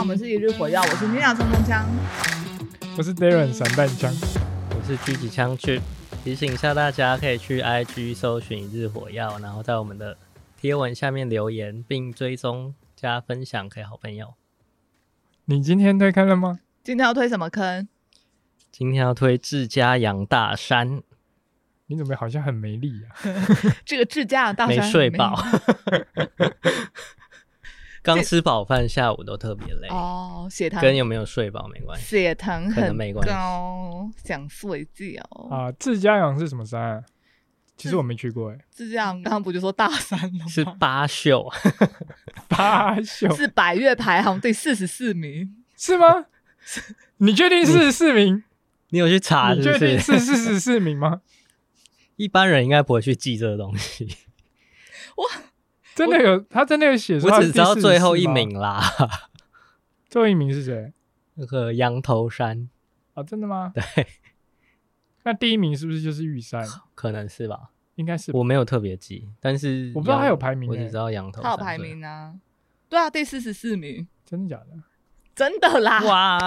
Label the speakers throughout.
Speaker 1: 我们是一日火药，我是天鸟冲锋枪。
Speaker 2: 我是
Speaker 3: 嗯
Speaker 2: Darren 散弹枪，
Speaker 3: 我是狙击枪去提醒一下大家，可以去 IG 搜寻一日火药，然后在我们的贴文下面留言，并追踪加分享给好朋友。
Speaker 2: 你今天推开了吗？
Speaker 1: 今天要推什么坑？
Speaker 3: 今天要推自家养大山，
Speaker 2: 你怎么好像很没力啊？
Speaker 1: 这个智驾大山
Speaker 3: 没
Speaker 1: 很
Speaker 3: 睡饱， 刚吃饱饭，下午都特别累，
Speaker 1: 哦，血糖
Speaker 3: 跟有没有睡饱没关系。
Speaker 1: 血糖
Speaker 3: 可
Speaker 1: 很
Speaker 3: 能没关系
Speaker 1: 高，想睡觉。
Speaker 2: 啊，自家养是什么山、啊？其实我没去 过哎、
Speaker 1: 智驾刚刚不就说大山了吗？
Speaker 3: 是八宿，
Speaker 2: 八宿
Speaker 1: 是百越排行第四十四名，
Speaker 2: 是吗？你确定四十四名？
Speaker 3: 你有去查
Speaker 2: 你
Speaker 3: 啊
Speaker 2: 确
Speaker 3: 是不
Speaker 2: 定是
Speaker 3: 是？
Speaker 2: 四十四名 吗？
Speaker 3: 一般人应该不会去记这个东西，
Speaker 2: 真的有，他真的有写说
Speaker 3: 我
Speaker 2: 他
Speaker 3: 只
Speaker 2: 是
Speaker 3: 知道
Speaker 2: 第44
Speaker 3: 最后一
Speaker 2: 吗。
Speaker 3: 名啦。
Speaker 2: 最后一名是谁
Speaker 3: 那个羊头山，
Speaker 2: 啊？真的吗？
Speaker 3: 对，
Speaker 2: 那第一名是不是就是玉山？
Speaker 3: 可能是吧。
Speaker 2: 应该是吧
Speaker 3: 我没有特别记，但是
Speaker 2: 我不知道它
Speaker 3: 羊
Speaker 2: 有排名
Speaker 3: 我
Speaker 2: 欸
Speaker 3: 只知道羊头
Speaker 1: 他有
Speaker 3: 山
Speaker 1: 排名啊。对啊，第四十四名，
Speaker 2: 真的假的？
Speaker 1: 真的啦
Speaker 3: 对。哇。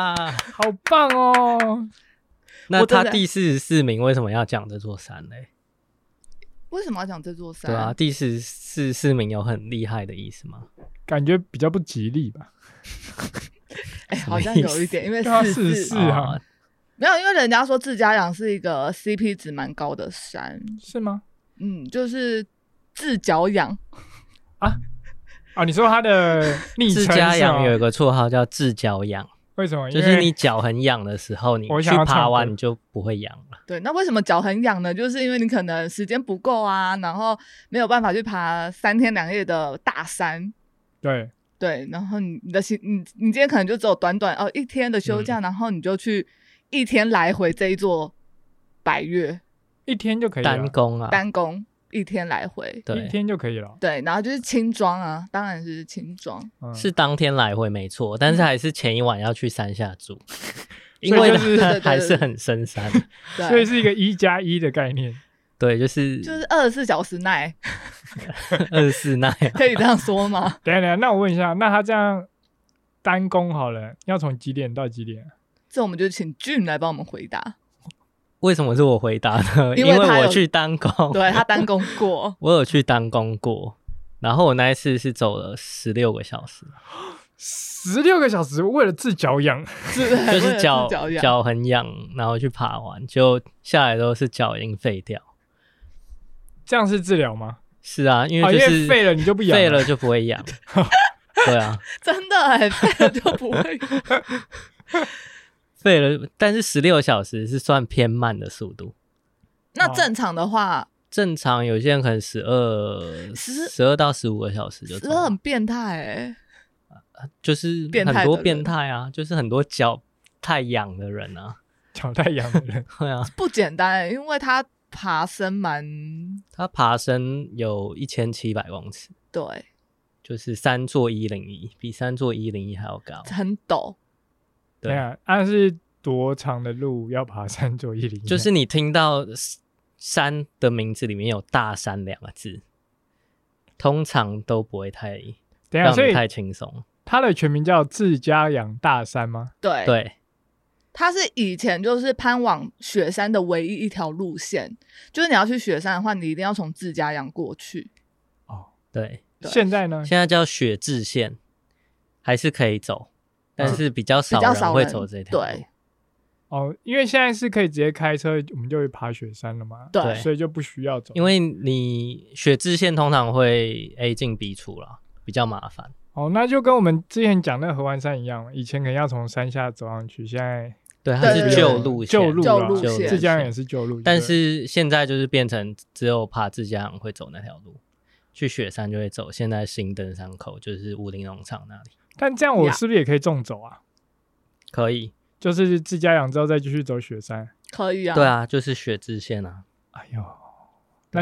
Speaker 2: 好棒哦！
Speaker 3: 那
Speaker 1: 啊我真
Speaker 3: 他
Speaker 1: 的
Speaker 3: 第四十四名为什么要讲这座山嘞？
Speaker 1: 为什么要讲这座山？
Speaker 3: 对啊，第四四四名有很厉害的意思吗？
Speaker 2: 感觉比较不吉利吧？
Speaker 1: 哎、好像
Speaker 3: 什么意
Speaker 1: 有一点，因为
Speaker 2: 对啊
Speaker 1: 四四
Speaker 2: 44是啊
Speaker 3: 哦
Speaker 1: 没有，因为人家说自家养是一个 CP 值蛮高的山，
Speaker 2: 是吗？
Speaker 1: 嗯，就是自脚养，
Speaker 2: 啊，你说他的昵称
Speaker 3: 自
Speaker 2: 是
Speaker 3: 家羊
Speaker 2: 吗
Speaker 3: 有一个绰号叫自脚羊，
Speaker 2: 为什么？因
Speaker 3: 就
Speaker 2: 为
Speaker 3: 是你脚很痒的时候，你
Speaker 2: 我
Speaker 3: 去
Speaker 2: 想要唱
Speaker 3: 爬完
Speaker 2: 歌
Speaker 3: 你就不会痒了。
Speaker 1: 对，那为什么脚很痒呢？就是因为你可能时间不够啊，然后没有办法去爬三天两夜的大山，
Speaker 2: 对
Speaker 1: 对，然后你你的行，你你今天可能就只有短短哦一天的休假，然后你就去一天来回这一座百越
Speaker 2: 一天就可以了
Speaker 3: 单弓啊，
Speaker 1: 单弓，一天来回，
Speaker 2: 一
Speaker 3: 对，
Speaker 2: 天就可以了。
Speaker 1: 对，然后就是轻装啊，当然是轻装，
Speaker 2: 嗯、
Speaker 3: 是当天来回没错，但是
Speaker 1: 嗯
Speaker 3: 还是前一晚要去山下住，因
Speaker 2: 所以就
Speaker 3: 为
Speaker 2: 是
Speaker 3: 它
Speaker 1: 对对对
Speaker 3: 还是很深山。
Speaker 1: 对，
Speaker 2: 所以是一个一加一的概念。
Speaker 3: 对，就是
Speaker 1: 就是二十四小时耐，
Speaker 3: 二四那样。
Speaker 1: 可以这样说吗？
Speaker 2: 等一下等一下，那我问一下，那他这样单工好了，要从几点到几点？
Speaker 1: 这我们就请俊来帮我们回答，为
Speaker 3: 为什么是我回答 呢？
Speaker 1: 因
Speaker 3: 因
Speaker 1: 为他有
Speaker 3: 我去单攻，，
Speaker 1: 对他单攻过
Speaker 3: 我有去单攻过，然后我那一次是走了十六个 小时，
Speaker 2: 十六个小时为了治脚痒，
Speaker 1: 是 不
Speaker 3: 就是是脚
Speaker 1: 脚痒
Speaker 3: 脚很痒，然后去爬完，就下来都是脚已经废掉。
Speaker 2: 这样是治疗吗？
Speaker 3: 是啊，因
Speaker 1: 哦
Speaker 2: 啊，
Speaker 3: 为
Speaker 2: 因
Speaker 3: 就
Speaker 2: 为
Speaker 3: 是
Speaker 2: 废了你就不
Speaker 1: 啊
Speaker 2: 痒
Speaker 3: 废了就不会 痒。对啊，
Speaker 1: 真的哎、废了就不 会。
Speaker 3: 废了，但是十六小时是算偏慢的速度。
Speaker 1: 那正常的话，
Speaker 3: 正常有些人可能十二
Speaker 1: 十
Speaker 3: 十二到十五个小时就
Speaker 1: 真
Speaker 3: 走
Speaker 1: 的
Speaker 3: 了，
Speaker 1: 很变态哎、
Speaker 3: 就是
Speaker 1: 变态
Speaker 3: 很多
Speaker 1: 的人
Speaker 3: 变态啊，就是很多脚太痒的人啊，
Speaker 2: 脚太痒的人。
Speaker 3: 对啊，
Speaker 1: 不简单、欸，因为他爬升蛮
Speaker 3: 他爬升有一千七百公尺，
Speaker 1: 对，
Speaker 3: 就是三座一零一，比三座一零一还要高。
Speaker 1: 很陡，
Speaker 3: 对
Speaker 2: 对啊，那、是多长的路要爬山做一零？
Speaker 3: 就是你听到 s- 山的名字里面有“大山”两个字，通常都不会太
Speaker 2: 等一下，
Speaker 3: 让
Speaker 2: 啊所
Speaker 3: 你
Speaker 2: 以
Speaker 3: 太轻松。
Speaker 2: 它的全名叫自家养大山吗？
Speaker 1: 对，
Speaker 3: 对，
Speaker 1: 它是以前就是攀往雪山的唯一一条路线，就是你要去雪山的话，你一定要从自家养过去。
Speaker 3: 对，
Speaker 1: 对
Speaker 2: 现在呢？
Speaker 3: 现在叫雪智线，还是可以走，但是比较少
Speaker 1: 嗯比较少人
Speaker 3: 会走这条路。
Speaker 1: 对
Speaker 2: 哦，因为现在是可以直接开车，我们就会爬雪山了嘛。
Speaker 1: 对
Speaker 2: 所以就不需要走。
Speaker 3: 因为你雪智线通常会 A 进 B 出啦，比较麻烦。
Speaker 2: 哦，那就跟我们之前讲那个合欢山一样，以前可能要从山下走上去，现在
Speaker 3: 对，它
Speaker 1: 对
Speaker 3: 是
Speaker 1: 对
Speaker 3: 旧路线，
Speaker 2: 旧路
Speaker 1: 旧
Speaker 2: 啦
Speaker 1: 路线
Speaker 2: 自家人也是旧路，
Speaker 3: 但
Speaker 2: 对
Speaker 3: 是现在就是变成只有爬自家人会走那条路，去雪山就会走现在新登山口，就是武林农场那里
Speaker 2: 但这样我
Speaker 1: 呀
Speaker 2: 是不是也可以纵走啊？
Speaker 3: 可以。
Speaker 2: 就是自家养之后再继续走雪山。
Speaker 1: 可以啊，
Speaker 3: 对，啊，就是雪之线啊，
Speaker 2: 哎呦，
Speaker 3: 对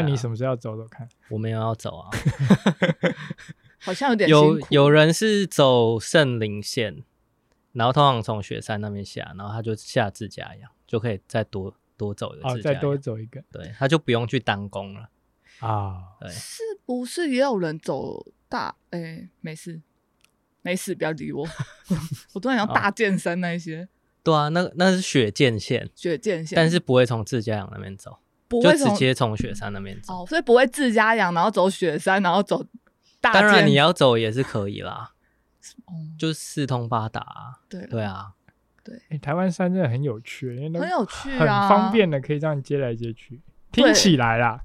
Speaker 2: 那
Speaker 3: 啊
Speaker 2: 你什么时候要走走看？
Speaker 3: 我们也要走 啊。
Speaker 1: 好像有点
Speaker 3: 有
Speaker 1: 啊辛苦。
Speaker 3: 有人是走圣林线，然后通常从雪山那边下，然后他就下自家养，就可以再多多走一个
Speaker 2: 哦，
Speaker 3: 自家
Speaker 2: 再
Speaker 3: 养。
Speaker 2: 多走一个
Speaker 3: 对，他就不用去单攻了。
Speaker 2: 啊！
Speaker 3: 对，
Speaker 1: 是不是也有人走大？哎、没事，没事，不要理 我。我突然
Speaker 3: 哦
Speaker 1: 想大剑山那一些
Speaker 3: 对啊，那那是雪见线，
Speaker 1: 雪见线，
Speaker 3: 但是不会从自家养那边走，
Speaker 1: 不
Speaker 3: 就
Speaker 1: 会
Speaker 3: 直
Speaker 1: 从
Speaker 3: 接从雪山那边走。
Speaker 1: 哦，所以不会自家养，然后走雪山，然后走大
Speaker 3: 当然
Speaker 1: 剑
Speaker 3: 你要走也是可以 啦，
Speaker 1: 哦，
Speaker 3: 就是四通八达啊、
Speaker 1: 对
Speaker 3: 对啊，
Speaker 2: 诶哎台湾山真的很有趣，因为
Speaker 1: 很
Speaker 2: 那
Speaker 1: 有趣
Speaker 2: 很
Speaker 1: 啊，
Speaker 2: 方。便的，可以让你接来接去。听
Speaker 1: 对
Speaker 2: 起来啦，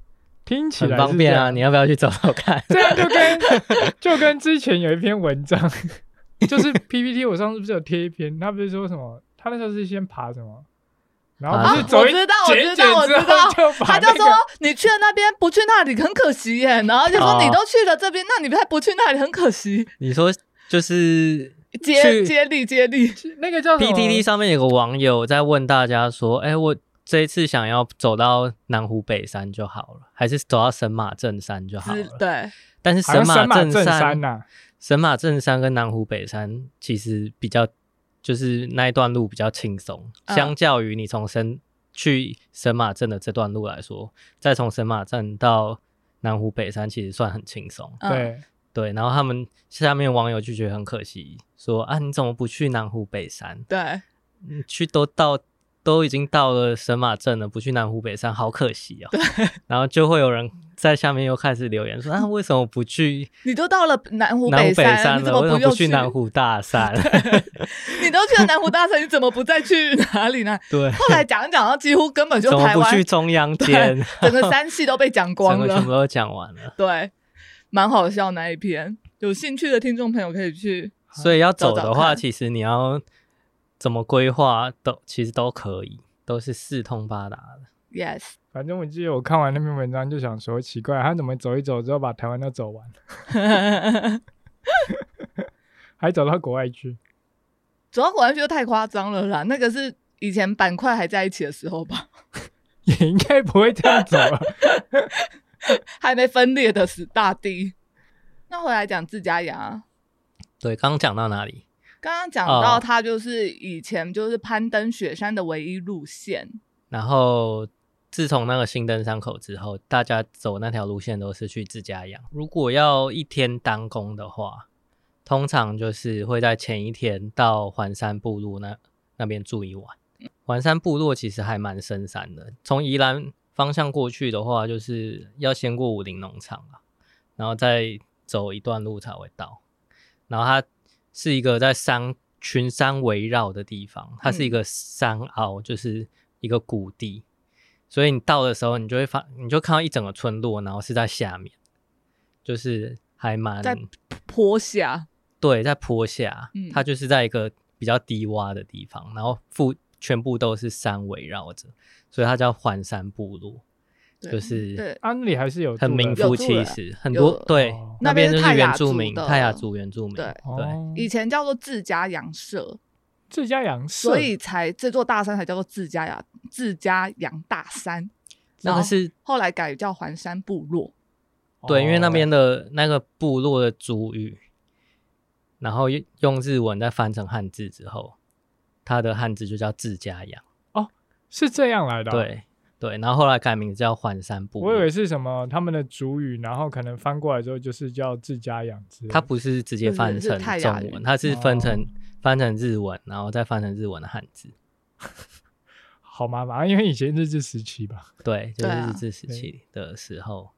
Speaker 2: 听起
Speaker 3: 很
Speaker 2: 来
Speaker 3: 方
Speaker 2: 是
Speaker 3: 便
Speaker 2: 这
Speaker 3: 啊。
Speaker 2: 样
Speaker 3: 你要不要去走走 看？
Speaker 2: 这样啊就跟就跟之前有一篇文章， 就是 PPT，我上次不是有贴一篇，他不是说什么，他那时候是先爬什么，然后不
Speaker 3: 爬
Speaker 2: 是
Speaker 3: 什么
Speaker 2: 走一
Speaker 1: 啊我知道我
Speaker 2: 剪一
Speaker 1: 知道
Speaker 2: 剪
Speaker 1: 我
Speaker 2: 之
Speaker 1: 知
Speaker 2: 后
Speaker 1: 道
Speaker 2: 就把
Speaker 1: 他就
Speaker 2: 那个
Speaker 1: 说你去了那边不去那里很可惜耶，然后就说
Speaker 3: 哦
Speaker 1: 你都去了这边，那你还不去那里很可惜。
Speaker 3: 你说就是
Speaker 1: 接
Speaker 3: 去
Speaker 1: 接力接力，
Speaker 2: 那个
Speaker 1: 哦
Speaker 2: 叫什么
Speaker 3: PTT 上面有个网友在问大家说：“哎、我这一次想要走到南湖北山就好了，还是走到神马镇山就好
Speaker 1: 是
Speaker 3: 了？”
Speaker 1: 对，
Speaker 3: 但是
Speaker 2: 好像神马
Speaker 3: 马镇
Speaker 2: 镇山啊
Speaker 3: 山、
Speaker 2: 呐，
Speaker 3: 神马镇山跟南湖北山其实比较，就是那一段路比较轻松，
Speaker 1: 嗯
Speaker 3: 相较于你从神去神马镇的这段路来说，再从神马镇到南湖北山其实算很轻松。
Speaker 1: 嗯，
Speaker 2: 对，
Speaker 3: 对，然后他们下面网友就觉得很可惜，说：“啊，你怎么不去南湖北山？”
Speaker 1: 对，
Speaker 3: 你去都到都已经到了神马镇了，不去南湖北山，好可惜哦。然后就会有人在下面又开始留言说：“啊，为什么不去
Speaker 1: 你都到了南湖
Speaker 3: 南湖北
Speaker 1: 山，
Speaker 3: 山
Speaker 1: 你怎
Speaker 3: 了？
Speaker 1: 么
Speaker 3: 为什么
Speaker 1: 又
Speaker 3: 不去南？湖 大山？
Speaker 1: 你都去了南湖大山，你怎么不再去哪里呢？”
Speaker 3: 对，
Speaker 1: 后来讲一讲，然后几乎根本就
Speaker 3: 怎么
Speaker 1: 台
Speaker 3: 不
Speaker 1: 湾
Speaker 3: 去中央间？
Speaker 1: 整个山系都被讲 光
Speaker 3: 整个全部
Speaker 1: 了，
Speaker 3: 都讲完 了，
Speaker 1: 对，蛮好笑那一篇。有兴趣的听众朋友可以去，
Speaker 3: 所以要走
Speaker 1: 找
Speaker 3: 的
Speaker 1: 找
Speaker 3: 话，
Speaker 1: 看
Speaker 3: 其实你要怎么规划都其实都可以，都是四通八达的。
Speaker 1: yes，
Speaker 2: 反正我记得我看完那篇文章就想说，奇怪，他怎么走一走之后把台湾都走完，还走到国外去？
Speaker 1: 主要国安区太夸张了啦，那个是以前板块还在一起的时候吧，
Speaker 2: 也应该不会这样走了。
Speaker 1: 还没分裂的死大地。那回来讲自家牙，
Speaker 3: 对，刚刚讲到哪里？
Speaker 1: 刚刚讲到
Speaker 3: 哦
Speaker 1: 它就是以前就是攀登雪山的唯一路线，
Speaker 3: 然后自从那个新登山口之后，大家走那条路线都是去自家养。如果要一天当工的话，通常就是会在前一天到环山部落那那边住一晚。环山部落其实还蛮深山的，从宜兰方向过去的话，就是要先过武林农场啊，然后再走一段路才会到。然后它是一个在山群山围绕的地方，它是一个山凹，就是一个谷地，所以你到的时候，你就会发，你就看到一整个村落，然后是在下面，就是还蛮
Speaker 1: 在坡下，
Speaker 3: 对，在坡下，
Speaker 1: 嗯
Speaker 3: 它就是在一个比较低洼的地方，然后附全部都是山围绕着，所以它叫环山部落，
Speaker 1: 对
Speaker 3: 就是
Speaker 1: 对，
Speaker 2: 安里还是有
Speaker 3: 很名
Speaker 2: 名
Speaker 1: 有
Speaker 3: 副
Speaker 1: 住
Speaker 3: 其
Speaker 1: 了
Speaker 3: 实，很
Speaker 1: 有
Speaker 3: 多对
Speaker 2: 哦
Speaker 1: 那边
Speaker 3: 边
Speaker 1: 是
Speaker 3: 就
Speaker 1: 泰
Speaker 3: 是原
Speaker 1: 雅
Speaker 3: 住
Speaker 1: 族
Speaker 3: 民，
Speaker 1: 的
Speaker 3: 泰雅族原住民，
Speaker 1: 对
Speaker 3: 对，
Speaker 1: 以前叫做自家羊舍，
Speaker 2: 自家养社，
Speaker 1: 所以才这座大山才叫做自家羊自家羊大山，
Speaker 3: 那
Speaker 1: 然后
Speaker 3: 个是
Speaker 1: 后来改叫环山部落。
Speaker 3: 对，因为那
Speaker 2: 哦
Speaker 3: 边的那个部落的族语，然后用用日文再翻成汉字之后，它的汉字就叫自家养，
Speaker 2: 是这样来的、，啊
Speaker 3: 对对，然后后来改名字叫环山部
Speaker 2: 我以
Speaker 3: 落
Speaker 2: 为，是什么他们的主语，然后可能翻过来之后就是叫自家养殖。
Speaker 3: 它不是直接
Speaker 1: 不是
Speaker 3: 翻
Speaker 1: 是
Speaker 3: 成
Speaker 1: 泰雅
Speaker 3: 中
Speaker 1: 语
Speaker 3: 文，它是分成、
Speaker 2: 哦
Speaker 3: 翻成日文，然后再翻成日文的汉字，
Speaker 2: 好麻烦，啊因为以前日治时期吧，
Speaker 3: 对，就
Speaker 1: 对
Speaker 3: 是
Speaker 1: 啊
Speaker 3: 日治时
Speaker 2: 对
Speaker 3: 期的时候，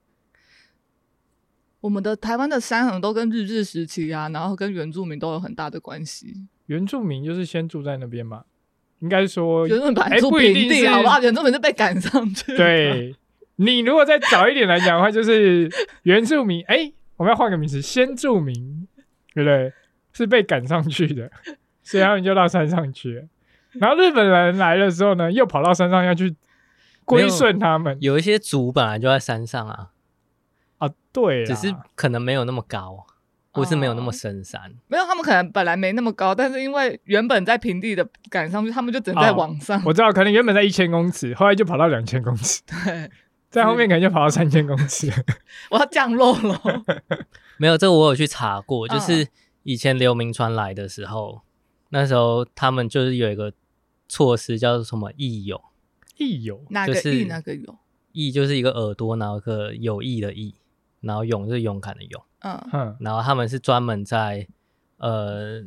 Speaker 1: 我们的台湾的山很都跟日治时期啊，然后跟原住民都有很大的关系。
Speaker 2: 原住民就是先住在那边嘛，应该
Speaker 3: 哦
Speaker 2: 说
Speaker 1: 原住民本来
Speaker 2: 哎
Speaker 1: 住
Speaker 2: 不一
Speaker 1: 平
Speaker 2: 定
Speaker 1: 地，
Speaker 2: 是
Speaker 1: 好不好？原住民是被赶上去。，
Speaker 2: 对。你如果再早一点来讲的话，就是原住民，哎、我们要换个名词，先住民，对不对？是被赶上去的，所以他们就到山上去了。然后日本人来的时候呢，又跑到山上要去归顺他们
Speaker 3: 有一些族本来就在山上啊，
Speaker 2: 啊，对啦，
Speaker 3: 只是可能没有那么高，或是没有那么
Speaker 1: 哦
Speaker 3: 深山，
Speaker 1: 没有他们可能本来没那么高，但是因为原本在平地的赶上去，他们就只
Speaker 3: 哦
Speaker 1: 能在往上。
Speaker 2: 我知道，可能原本在一千公尺，后来就跑到两千公尺，
Speaker 1: 对，
Speaker 2: 在后面可能就跑到三千公尺。
Speaker 1: 我要降落了。
Speaker 3: 没有，这个我有去查过，
Speaker 1: 嗯
Speaker 3: 就是以前刘铭传来的时候，那时候他们就是有一个措施叫做什么义勇，
Speaker 2: 益友
Speaker 1: 哪个
Speaker 3: 就是
Speaker 1: 意哪个有？
Speaker 3: 义就是一个耳朵，然后一个有意的义，然后勇就是勇敢的勇，
Speaker 1: 嗯，
Speaker 2: 嗯，
Speaker 3: 然后他们是专门在呃，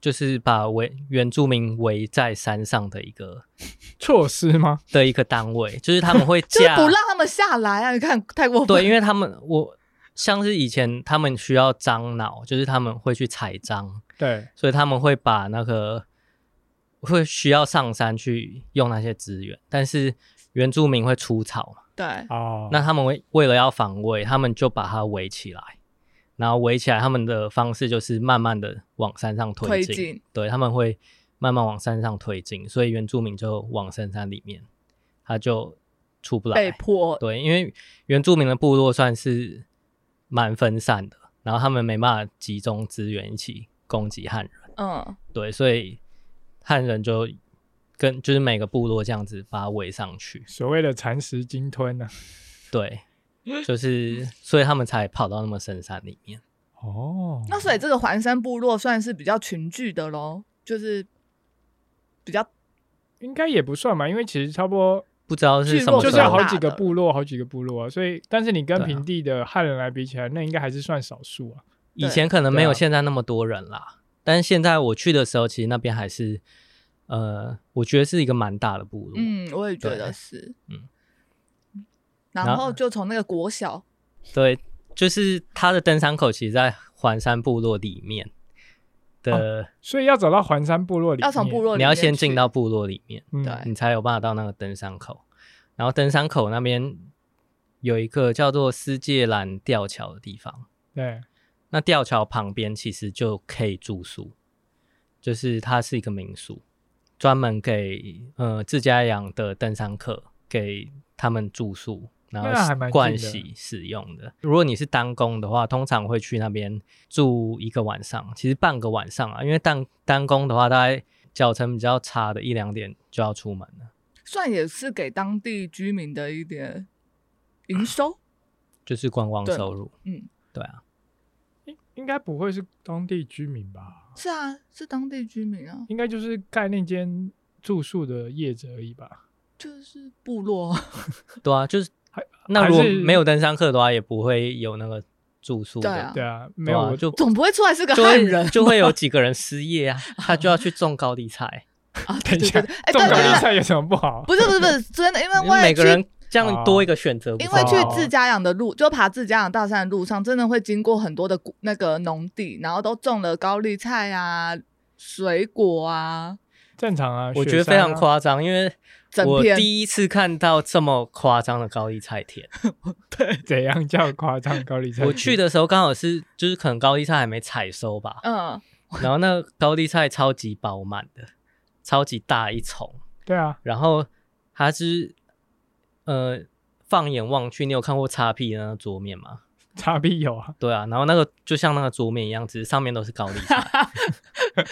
Speaker 3: 就是把围原住民围在山上的一个
Speaker 2: 措施吗？
Speaker 3: 的一个单位，就是他们会
Speaker 1: 就是
Speaker 3: 架
Speaker 1: 不让他们下来啊！你看太过分，
Speaker 3: 对，因为他们我像是以前他们需要樟脑，就是他们会去采樟，
Speaker 2: 对，
Speaker 3: 所以他们会把那个会需要上山去用那些资源，但是原住民会出草嘛，
Speaker 1: 对
Speaker 2: 哦，
Speaker 3: 那他们为为了要防卫，他们就把它围起来。然后围起来，他们的方式就是慢慢的往山上推
Speaker 1: 推进
Speaker 3: 对，他们会慢慢往山上推进，所以原住民就往深山里面，他就出不来，
Speaker 1: 被迫
Speaker 3: 对，因为原住民的部落算是蛮分散的，然后他们没办法集中资源一起攻击汉人，
Speaker 1: 嗯
Speaker 3: 对，所以汉人就跟就是每个部落这样子把它围上去，
Speaker 2: 所谓的蚕食鲸吞啊呢、
Speaker 3: 对，就是所以他们才跑到那么深山里面。
Speaker 2: 哦，
Speaker 1: 那所以这个环山部落算是比较群聚的喽，就是比较
Speaker 2: 应该也不算吧，因为其实差不多
Speaker 3: 不知道是什
Speaker 1: 哦
Speaker 3: 么
Speaker 1: 聚落
Speaker 2: 就
Speaker 3: 时
Speaker 2: 是有
Speaker 1: 大
Speaker 3: 候
Speaker 2: 好几个部落，好几个部落啊，所以但是你跟
Speaker 3: 对啊
Speaker 2: 平地的汉人来比起来，那应该还是算少数啊。
Speaker 3: 以前可能没
Speaker 2: 对
Speaker 3: 有
Speaker 2: 啊
Speaker 3: 现在那么多人啦，但是现在我去的时候，其实那边还是呃，我觉得是一个蛮大的部落，
Speaker 1: 嗯，我也觉
Speaker 3: 对
Speaker 1: 得是
Speaker 3: 嗯。
Speaker 1: 然
Speaker 3: 然
Speaker 1: 后
Speaker 3: 后
Speaker 1: 就从那个国小，
Speaker 3: 对，就是它的登山口其实，在环山部落里面的，
Speaker 2: 所以要找到环山部落里面，
Speaker 1: 要从哦部落里
Speaker 3: 你要
Speaker 1: 面
Speaker 3: 先
Speaker 1: 去
Speaker 3: 进到部落里面，
Speaker 2: 嗯
Speaker 1: 对
Speaker 3: 你才有办法到那个登山口。然后登山口那边有一个叫做斯界兰吊桥的地方，
Speaker 2: 对，
Speaker 3: 那吊桥旁边其实就可以住宿，就是它是一个民宿，专门给呃自家养的登山客给他们住宿，然
Speaker 2: 那还蛮
Speaker 3: 后
Speaker 2: 近
Speaker 3: 盥
Speaker 2: 的
Speaker 3: 洗使用的。如果你是单工的话，通常会去那边住一个晚上，其实半个晚上啊，因为单单工的话，大概脚程比较差的一两点就要出门了，
Speaker 1: 算也是给当地居民的一点
Speaker 3: 啊
Speaker 1: 营收。
Speaker 3: 就是观光
Speaker 1: 对
Speaker 3: 收入。
Speaker 1: 嗯，
Speaker 3: 对啊，
Speaker 2: 应应该不会是当地居民吧？
Speaker 1: 是啊，是当地居民啊，
Speaker 2: 应该就是盖那间住宿的业者而已吧？
Speaker 1: 就是部落。
Speaker 3: 对啊，就是
Speaker 2: 还
Speaker 3: 那如果
Speaker 2: 还是
Speaker 3: 没有登山客的话，也不会有那个住宿的。
Speaker 1: 对啊
Speaker 2: 对啊，没
Speaker 3: 对
Speaker 2: 有
Speaker 3: 啊
Speaker 2: 我
Speaker 3: 就
Speaker 1: 总不会出来 是个
Speaker 3: 就
Speaker 1: 汉
Speaker 3: 会
Speaker 1: 人
Speaker 3: 就会有几个人失业啊，他就要去种高利 贷，
Speaker 1: 啊！对
Speaker 2: 等一
Speaker 1: 对
Speaker 2: 下，
Speaker 1: 对，哎，
Speaker 2: 种
Speaker 1: 对
Speaker 2: 高
Speaker 1: 对
Speaker 2: 丽
Speaker 1: 对，
Speaker 2: 菜有什么不好？
Speaker 1: 不是不是不是真的，因为
Speaker 3: 因
Speaker 1: 我也
Speaker 3: 为啊每个
Speaker 1: 去
Speaker 3: 人这样多一个选择不
Speaker 1: 因
Speaker 3: 是
Speaker 1: 为
Speaker 3: 吗，
Speaker 1: 去啊
Speaker 2: 哦
Speaker 1: 自家养的路，就爬自家养大山的路上，真的会经过很多的谷那个农地，然后都种了高丽菜啊、水果啊，
Speaker 2: 正常啊，雪
Speaker 3: 我觉得非
Speaker 2: 山
Speaker 3: 常
Speaker 2: 啊。
Speaker 3: 夸张，因为
Speaker 1: 整
Speaker 3: 我
Speaker 1: 片
Speaker 3: 第一次看到这么夸张的高利菜 田。
Speaker 2: 怎样叫夸张？高丽菜，
Speaker 3: 我去的时候刚好是就是可能高利菜还没采收吧，
Speaker 1: 嗯，
Speaker 3: 然后那个高利菜超级饱满的，超级大一丛，
Speaker 2: 对啊，
Speaker 3: 然后它是呃放眼望去，你有看过叉 P 的那个桌面吗？
Speaker 2: 叉 B 有啊，
Speaker 3: 对啊，然后那个就像那个桌面一样，只是上面都是高丽 菜，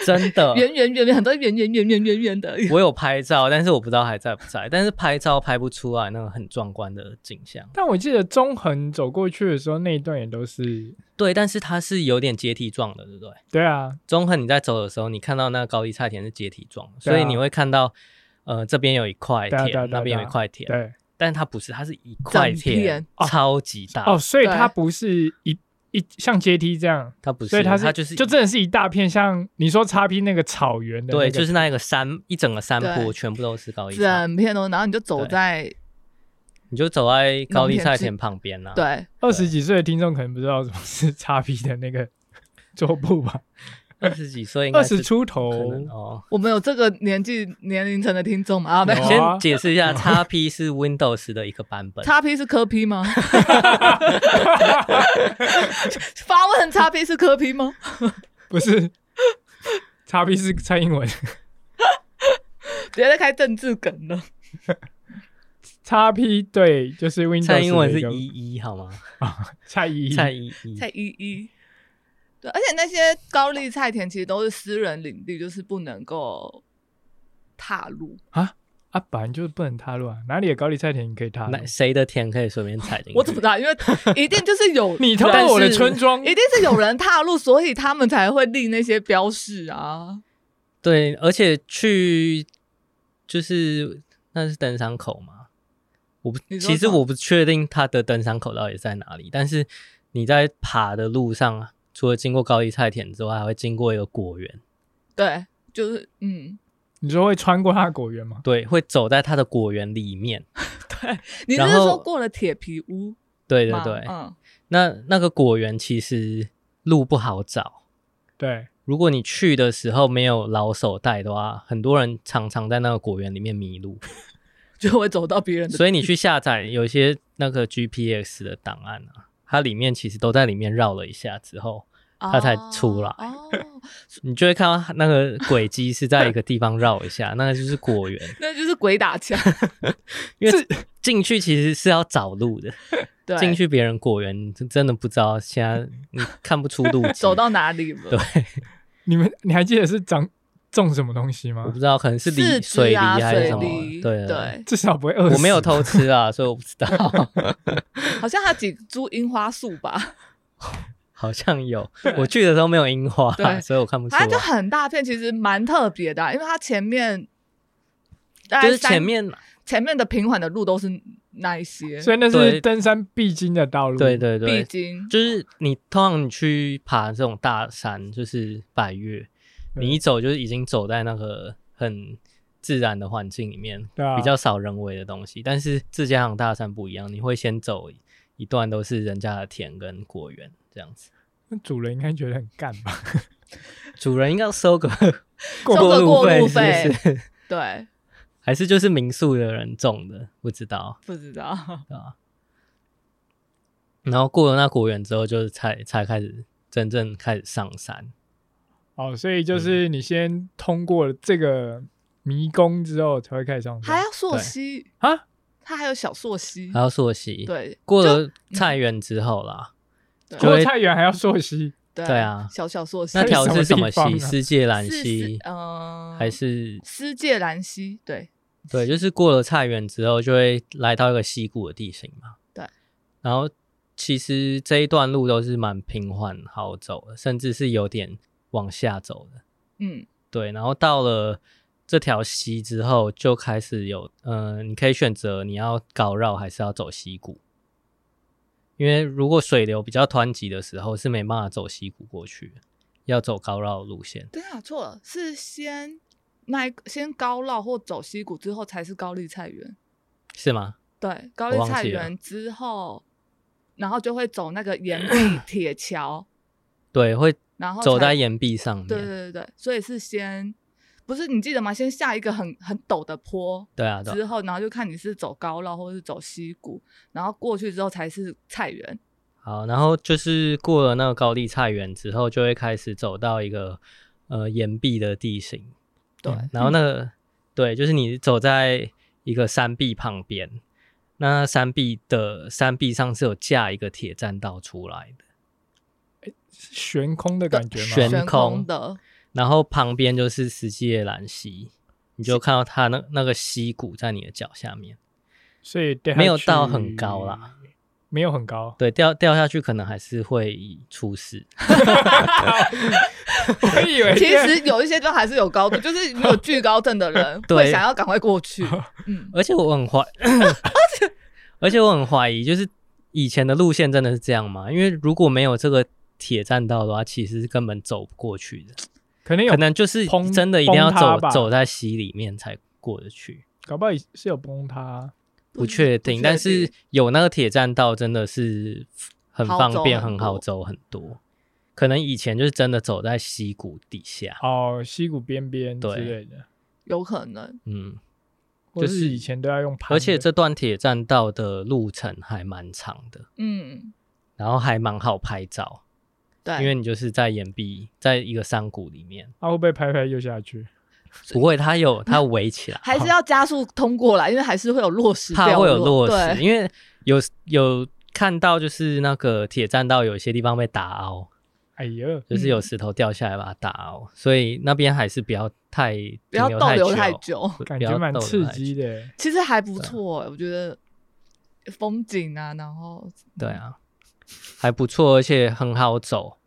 Speaker 3: 真的
Speaker 1: 圆圆圆圆，很多圆圆圆圆圆圆的，
Speaker 3: 我有拍照，但是我不知道还在不在。但是拍照拍不出来那个很壮观的景象。
Speaker 2: 但我记得中横走过去的时候，那一段也都是，
Speaker 3: 对，但是它是有点阶梯状的，对不对？
Speaker 2: 对啊，
Speaker 3: 中横你在走的时候，你看到那个高丽菜田是阶梯状的，
Speaker 2: 对啊
Speaker 3: 所以你会看到，呃，这边有一块
Speaker 2: 对啊对啊
Speaker 3: 田，
Speaker 2: 对啊
Speaker 3: 那边有一块田，
Speaker 2: 对，
Speaker 3: 但是它不是，它是一块
Speaker 1: 整
Speaker 3: 田
Speaker 1: 片，
Speaker 3: 超级大，
Speaker 2: 哦，所以
Speaker 1: 对
Speaker 2: 它不是一一像阶梯这样，
Speaker 3: 它不是，
Speaker 2: 所以它是
Speaker 3: 就是
Speaker 2: 就真的是一大片，像你说叉 P 那个草原的那个，
Speaker 3: 对，就是那一个山，一整个山
Speaker 1: 对
Speaker 3: 坡全部都是高丽
Speaker 2: 啊
Speaker 3: 菜，
Speaker 1: 整片都，然后你就走
Speaker 3: 对
Speaker 1: 在
Speaker 3: 你就走在高丽
Speaker 1: 农田
Speaker 3: 菜
Speaker 1: 之
Speaker 3: 田旁边啊。，
Speaker 1: 对，
Speaker 2: 二十几岁的听众可能不知道什么是 叉 P 的那个桌布吧，
Speaker 3: 二十几岁应该
Speaker 2: 二
Speaker 3: 是
Speaker 2: 十出
Speaker 3: 可
Speaker 2: 头
Speaker 3: 能，哦，
Speaker 1: 我们有这个年纪年龄层的听众嘛？啊，没
Speaker 2: 有
Speaker 1: 有，
Speaker 2: 啊
Speaker 3: 先解释 一下，x P 是 Windows 的一个版本，
Speaker 1: 叉 P 是科 P 吗？ 发问叉 P 是科 P 吗？
Speaker 2: 不是 叉 P 是蔡英文，
Speaker 1: 别再开政治梗了。
Speaker 2: 叉 P 对，就是 Windows
Speaker 3: 蔡英文
Speaker 2: 的
Speaker 3: 是
Speaker 2: 个
Speaker 3: 一一好吗？
Speaker 2: 蔡依依
Speaker 3: 蔡依依，
Speaker 1: 蔡依依。对，而且那些高丽菜田其实都是私人领地，就是不能够踏入。
Speaker 2: 啊啊，本来就是不能踏入啊，哪里有高丽菜田你可以踏入
Speaker 3: 那？谁的田可以随便踩进去？
Speaker 1: 我怎么知道？因为一定就是 有，
Speaker 2: 你偷
Speaker 3: 但
Speaker 2: 我的
Speaker 3: 是
Speaker 2: 村庄
Speaker 1: 一，定是有人踏入，所以他们才会立那些标示啊。
Speaker 3: 对？而且去就是那是登山口吗？我不
Speaker 1: 你，说
Speaker 3: 其实
Speaker 1: 什么
Speaker 3: 我不确定它的登山口到底在哪里，但是你在爬的路上，啊除了经过高丽菜田之外，还会经过一个果园，
Speaker 1: 对，就是 嗯，
Speaker 2: 你说会穿过它的果园吗？
Speaker 3: 对，会走在它的果园里面。
Speaker 1: 对，你
Speaker 3: 然
Speaker 1: 那时候
Speaker 3: 后
Speaker 1: 过了铁皮屋
Speaker 3: 对对
Speaker 1: 吗
Speaker 3: 对，
Speaker 1: 嗯，
Speaker 3: 那那个果园其实路不好找，
Speaker 2: 对，
Speaker 3: 如果你去的时候没有老手带的话，很多人常常在那个果园里面 迷路。
Speaker 1: 就会走到别人的，
Speaker 3: 所以你去下载有一些那个 GPS 的档案啊，它里面其实都在里面绕了一下之后，他才出来
Speaker 1: 哦，啊哦
Speaker 3: 你就会看到它那个轨迹是在一个地方绕一下，那个就是果园。
Speaker 1: 那就是鬼打墙，
Speaker 3: 因为 进去其实是要找路的，
Speaker 1: 对，
Speaker 3: 进去别人果园，你真的不知道现在你看不出路 径，
Speaker 1: 走到哪里了？
Speaker 3: 对
Speaker 2: 你们你还记得是长种什么东西
Speaker 3: 我
Speaker 2: 吗
Speaker 3: 不？知道可能是
Speaker 1: 四
Speaker 3: 梨
Speaker 1: 肢
Speaker 3: 水梨
Speaker 1: 啊
Speaker 3: 还是
Speaker 1: 水
Speaker 3: 什么
Speaker 1: 梨，
Speaker 3: 对啊对。
Speaker 1: 对，
Speaker 2: 至少不会饿死。
Speaker 3: 我没有，偷吃啊，所以我不知道，
Speaker 1: 好像还有几株樱花树吧，
Speaker 3: 好像有。我去的时候没有樱花
Speaker 1: 对，
Speaker 3: 所以我看不出来
Speaker 1: 它。就很大片，其实蛮特别的啊、因为它前面大概
Speaker 3: 就是
Speaker 1: 三
Speaker 3: 前面
Speaker 1: 前面的平缓的路都是那一些，
Speaker 2: 所以那是
Speaker 3: 对
Speaker 2: 登山必经的道路。
Speaker 3: 对对
Speaker 1: 必
Speaker 3: 对，
Speaker 1: 经
Speaker 3: 就是你通常你去爬这种大山，就是百越，
Speaker 2: 对
Speaker 3: 你一走就是已经走在那个很自然的环境里面，
Speaker 2: 对啊
Speaker 3: 比较少人为的东西。但是自家养大山不一样，你会先走一段都是人家的田跟果园这样子，
Speaker 2: 那主人应该觉得很干吧？
Speaker 3: 主人应该 收个
Speaker 1: 收个
Speaker 3: 路
Speaker 1: 过路
Speaker 3: 是不是？
Speaker 1: 对，
Speaker 3: 还是就是民宿的人种的，不知道。
Speaker 1: 不知道
Speaker 3: 然后过了那果园之后，就是才才开始真正开始上山。
Speaker 2: 哦，所以就是你先通过了这个迷宫之后，才会开始上
Speaker 1: 还
Speaker 2: 山。
Speaker 1: 有溯溪，
Speaker 2: 啊，
Speaker 1: 它还有小溯溪
Speaker 3: 还，要溯溪，
Speaker 1: 嗯对
Speaker 3: 过了菜园之后啦，
Speaker 1: 对
Speaker 2: 除
Speaker 3: 就
Speaker 2: 了
Speaker 3: 会
Speaker 2: 菜园还要溯溪，
Speaker 1: 对
Speaker 3: 对啊
Speaker 1: 小小溯溪
Speaker 3: 那条是什么
Speaker 2: 什么地
Speaker 3: 溪？
Speaker 2: 方啊
Speaker 3: 世界兰
Speaker 1: 是
Speaker 3: 溪
Speaker 1: 是嗯
Speaker 3: 还是
Speaker 1: 斯界兰溪，对
Speaker 3: 对？就是过了菜园之后，就会来到一个溪谷的地形嘛。
Speaker 1: 对。
Speaker 3: 然后其实这一段路都是蛮平缓好走的，甚至是有点往下走的。
Speaker 1: 嗯
Speaker 3: 对，然后到了这条溪之后，就开始有，嗯，你可以选择你要高绕还是要走溪谷，因为如果水流比较湍急的时候是没办法走溪谷过去的，要走高绕的路线。
Speaker 1: 对啊，错了，是先那一先高绕或走溪谷之后才是高丽菜园，
Speaker 3: 是吗？
Speaker 1: 对，高
Speaker 3: 我
Speaker 1: 丽
Speaker 3: 忘
Speaker 1: 菜
Speaker 3: 记了
Speaker 1: 园之后，然后就会走 那个岩壁铁桥，
Speaker 3: 对，会
Speaker 1: 然后
Speaker 3: 走
Speaker 1: 才
Speaker 3: 在岩壁上面。
Speaker 1: 对对对对，所以是先不是你记得吗？先下一个很很陡的坡。
Speaker 3: 对啊，对啊
Speaker 1: 之后，然后就看你是走高绕或者是走溪谷，然后过去之后才是菜园。
Speaker 3: 好，然后就是过了那个高丽菜园之后，就会开始走到一个呃岩壁的地形。
Speaker 1: 对，
Speaker 2: 嗯
Speaker 3: 然后那个、对，就是你走在一个山壁旁边，那山壁的山壁上是有架一个铁栈道出来的，
Speaker 2: 是悬空的感觉吗？
Speaker 3: 悬
Speaker 1: 悬
Speaker 3: 空
Speaker 1: 的，
Speaker 3: 然后旁边就是石基耶兰溪，你就看到它那那个溪谷在你的脚下面，
Speaker 2: 所以掉下
Speaker 3: 没有到
Speaker 2: 去
Speaker 3: 很高啦，
Speaker 2: 没有很高。
Speaker 3: 对，掉掉下去可能还是会出事，
Speaker 2: 我以为
Speaker 1: 其实有一些都还是有高度，就是 如果惧高症的人
Speaker 3: 对
Speaker 1: 会想要赶快过 去。嗯，
Speaker 3: 而且我很怀， 而且我很怀疑，就是以前的路线真的是这样吗？因为如果没有这个铁栈道的话，其实是根本走不过去的。
Speaker 2: 可能有
Speaker 3: 可，能就是
Speaker 2: 崩
Speaker 3: 真的一定要
Speaker 2: 崩塌
Speaker 3: 走
Speaker 2: 吧
Speaker 3: 走在溪里面才过得去，
Speaker 2: 搞不好是有崩塌。
Speaker 3: 不确
Speaker 1: 不确
Speaker 3: 定。但是
Speaker 1: 定
Speaker 3: 有那个铁栈道，真的是很
Speaker 1: 好
Speaker 3: 方
Speaker 1: 走
Speaker 3: 便，
Speaker 1: 很
Speaker 3: 很好
Speaker 1: 多
Speaker 3: 走很多。可能以前就是真的走在溪谷底下，
Speaker 2: 哦，溪谷边边之
Speaker 3: 对
Speaker 2: 类的，
Speaker 1: 有可能。
Speaker 3: 嗯，
Speaker 2: 或
Speaker 3: 就是
Speaker 2: 是以前都要用盘的。
Speaker 3: 而且这段铁栈道的路程还蛮长的，
Speaker 1: 嗯，
Speaker 3: 然后还蛮好拍照，
Speaker 1: 对，
Speaker 3: 因为你就是在岩壁，在一个山谷里面，
Speaker 2: 啊会不会拍拍又下去？
Speaker 3: 不会，它有它围起来，
Speaker 1: 还是要加速通过来，因为还 是会有落石掉
Speaker 3: 怕
Speaker 1: 落，
Speaker 3: 会有落石，
Speaker 1: 对，
Speaker 3: 因为有有看到就是那个铁栈道有一些地方被打凹，
Speaker 2: 哎呦，
Speaker 3: 就是
Speaker 1: 嗯
Speaker 3: 有石头掉下来把它打凹，所以那边还是不要太
Speaker 1: 不要
Speaker 3: 停
Speaker 1: 逗留太
Speaker 3: 太，
Speaker 1: 久，
Speaker 3: 不
Speaker 2: 感
Speaker 3: 不要
Speaker 2: 觉蛮
Speaker 3: 逗留
Speaker 2: 刺
Speaker 3: 太
Speaker 2: 激
Speaker 3: 久。
Speaker 2: 的。
Speaker 1: 其实还
Speaker 3: 啊
Speaker 1: 不错、欸我觉得风景啊，然后
Speaker 3: 对啊，还不错，而且很好走。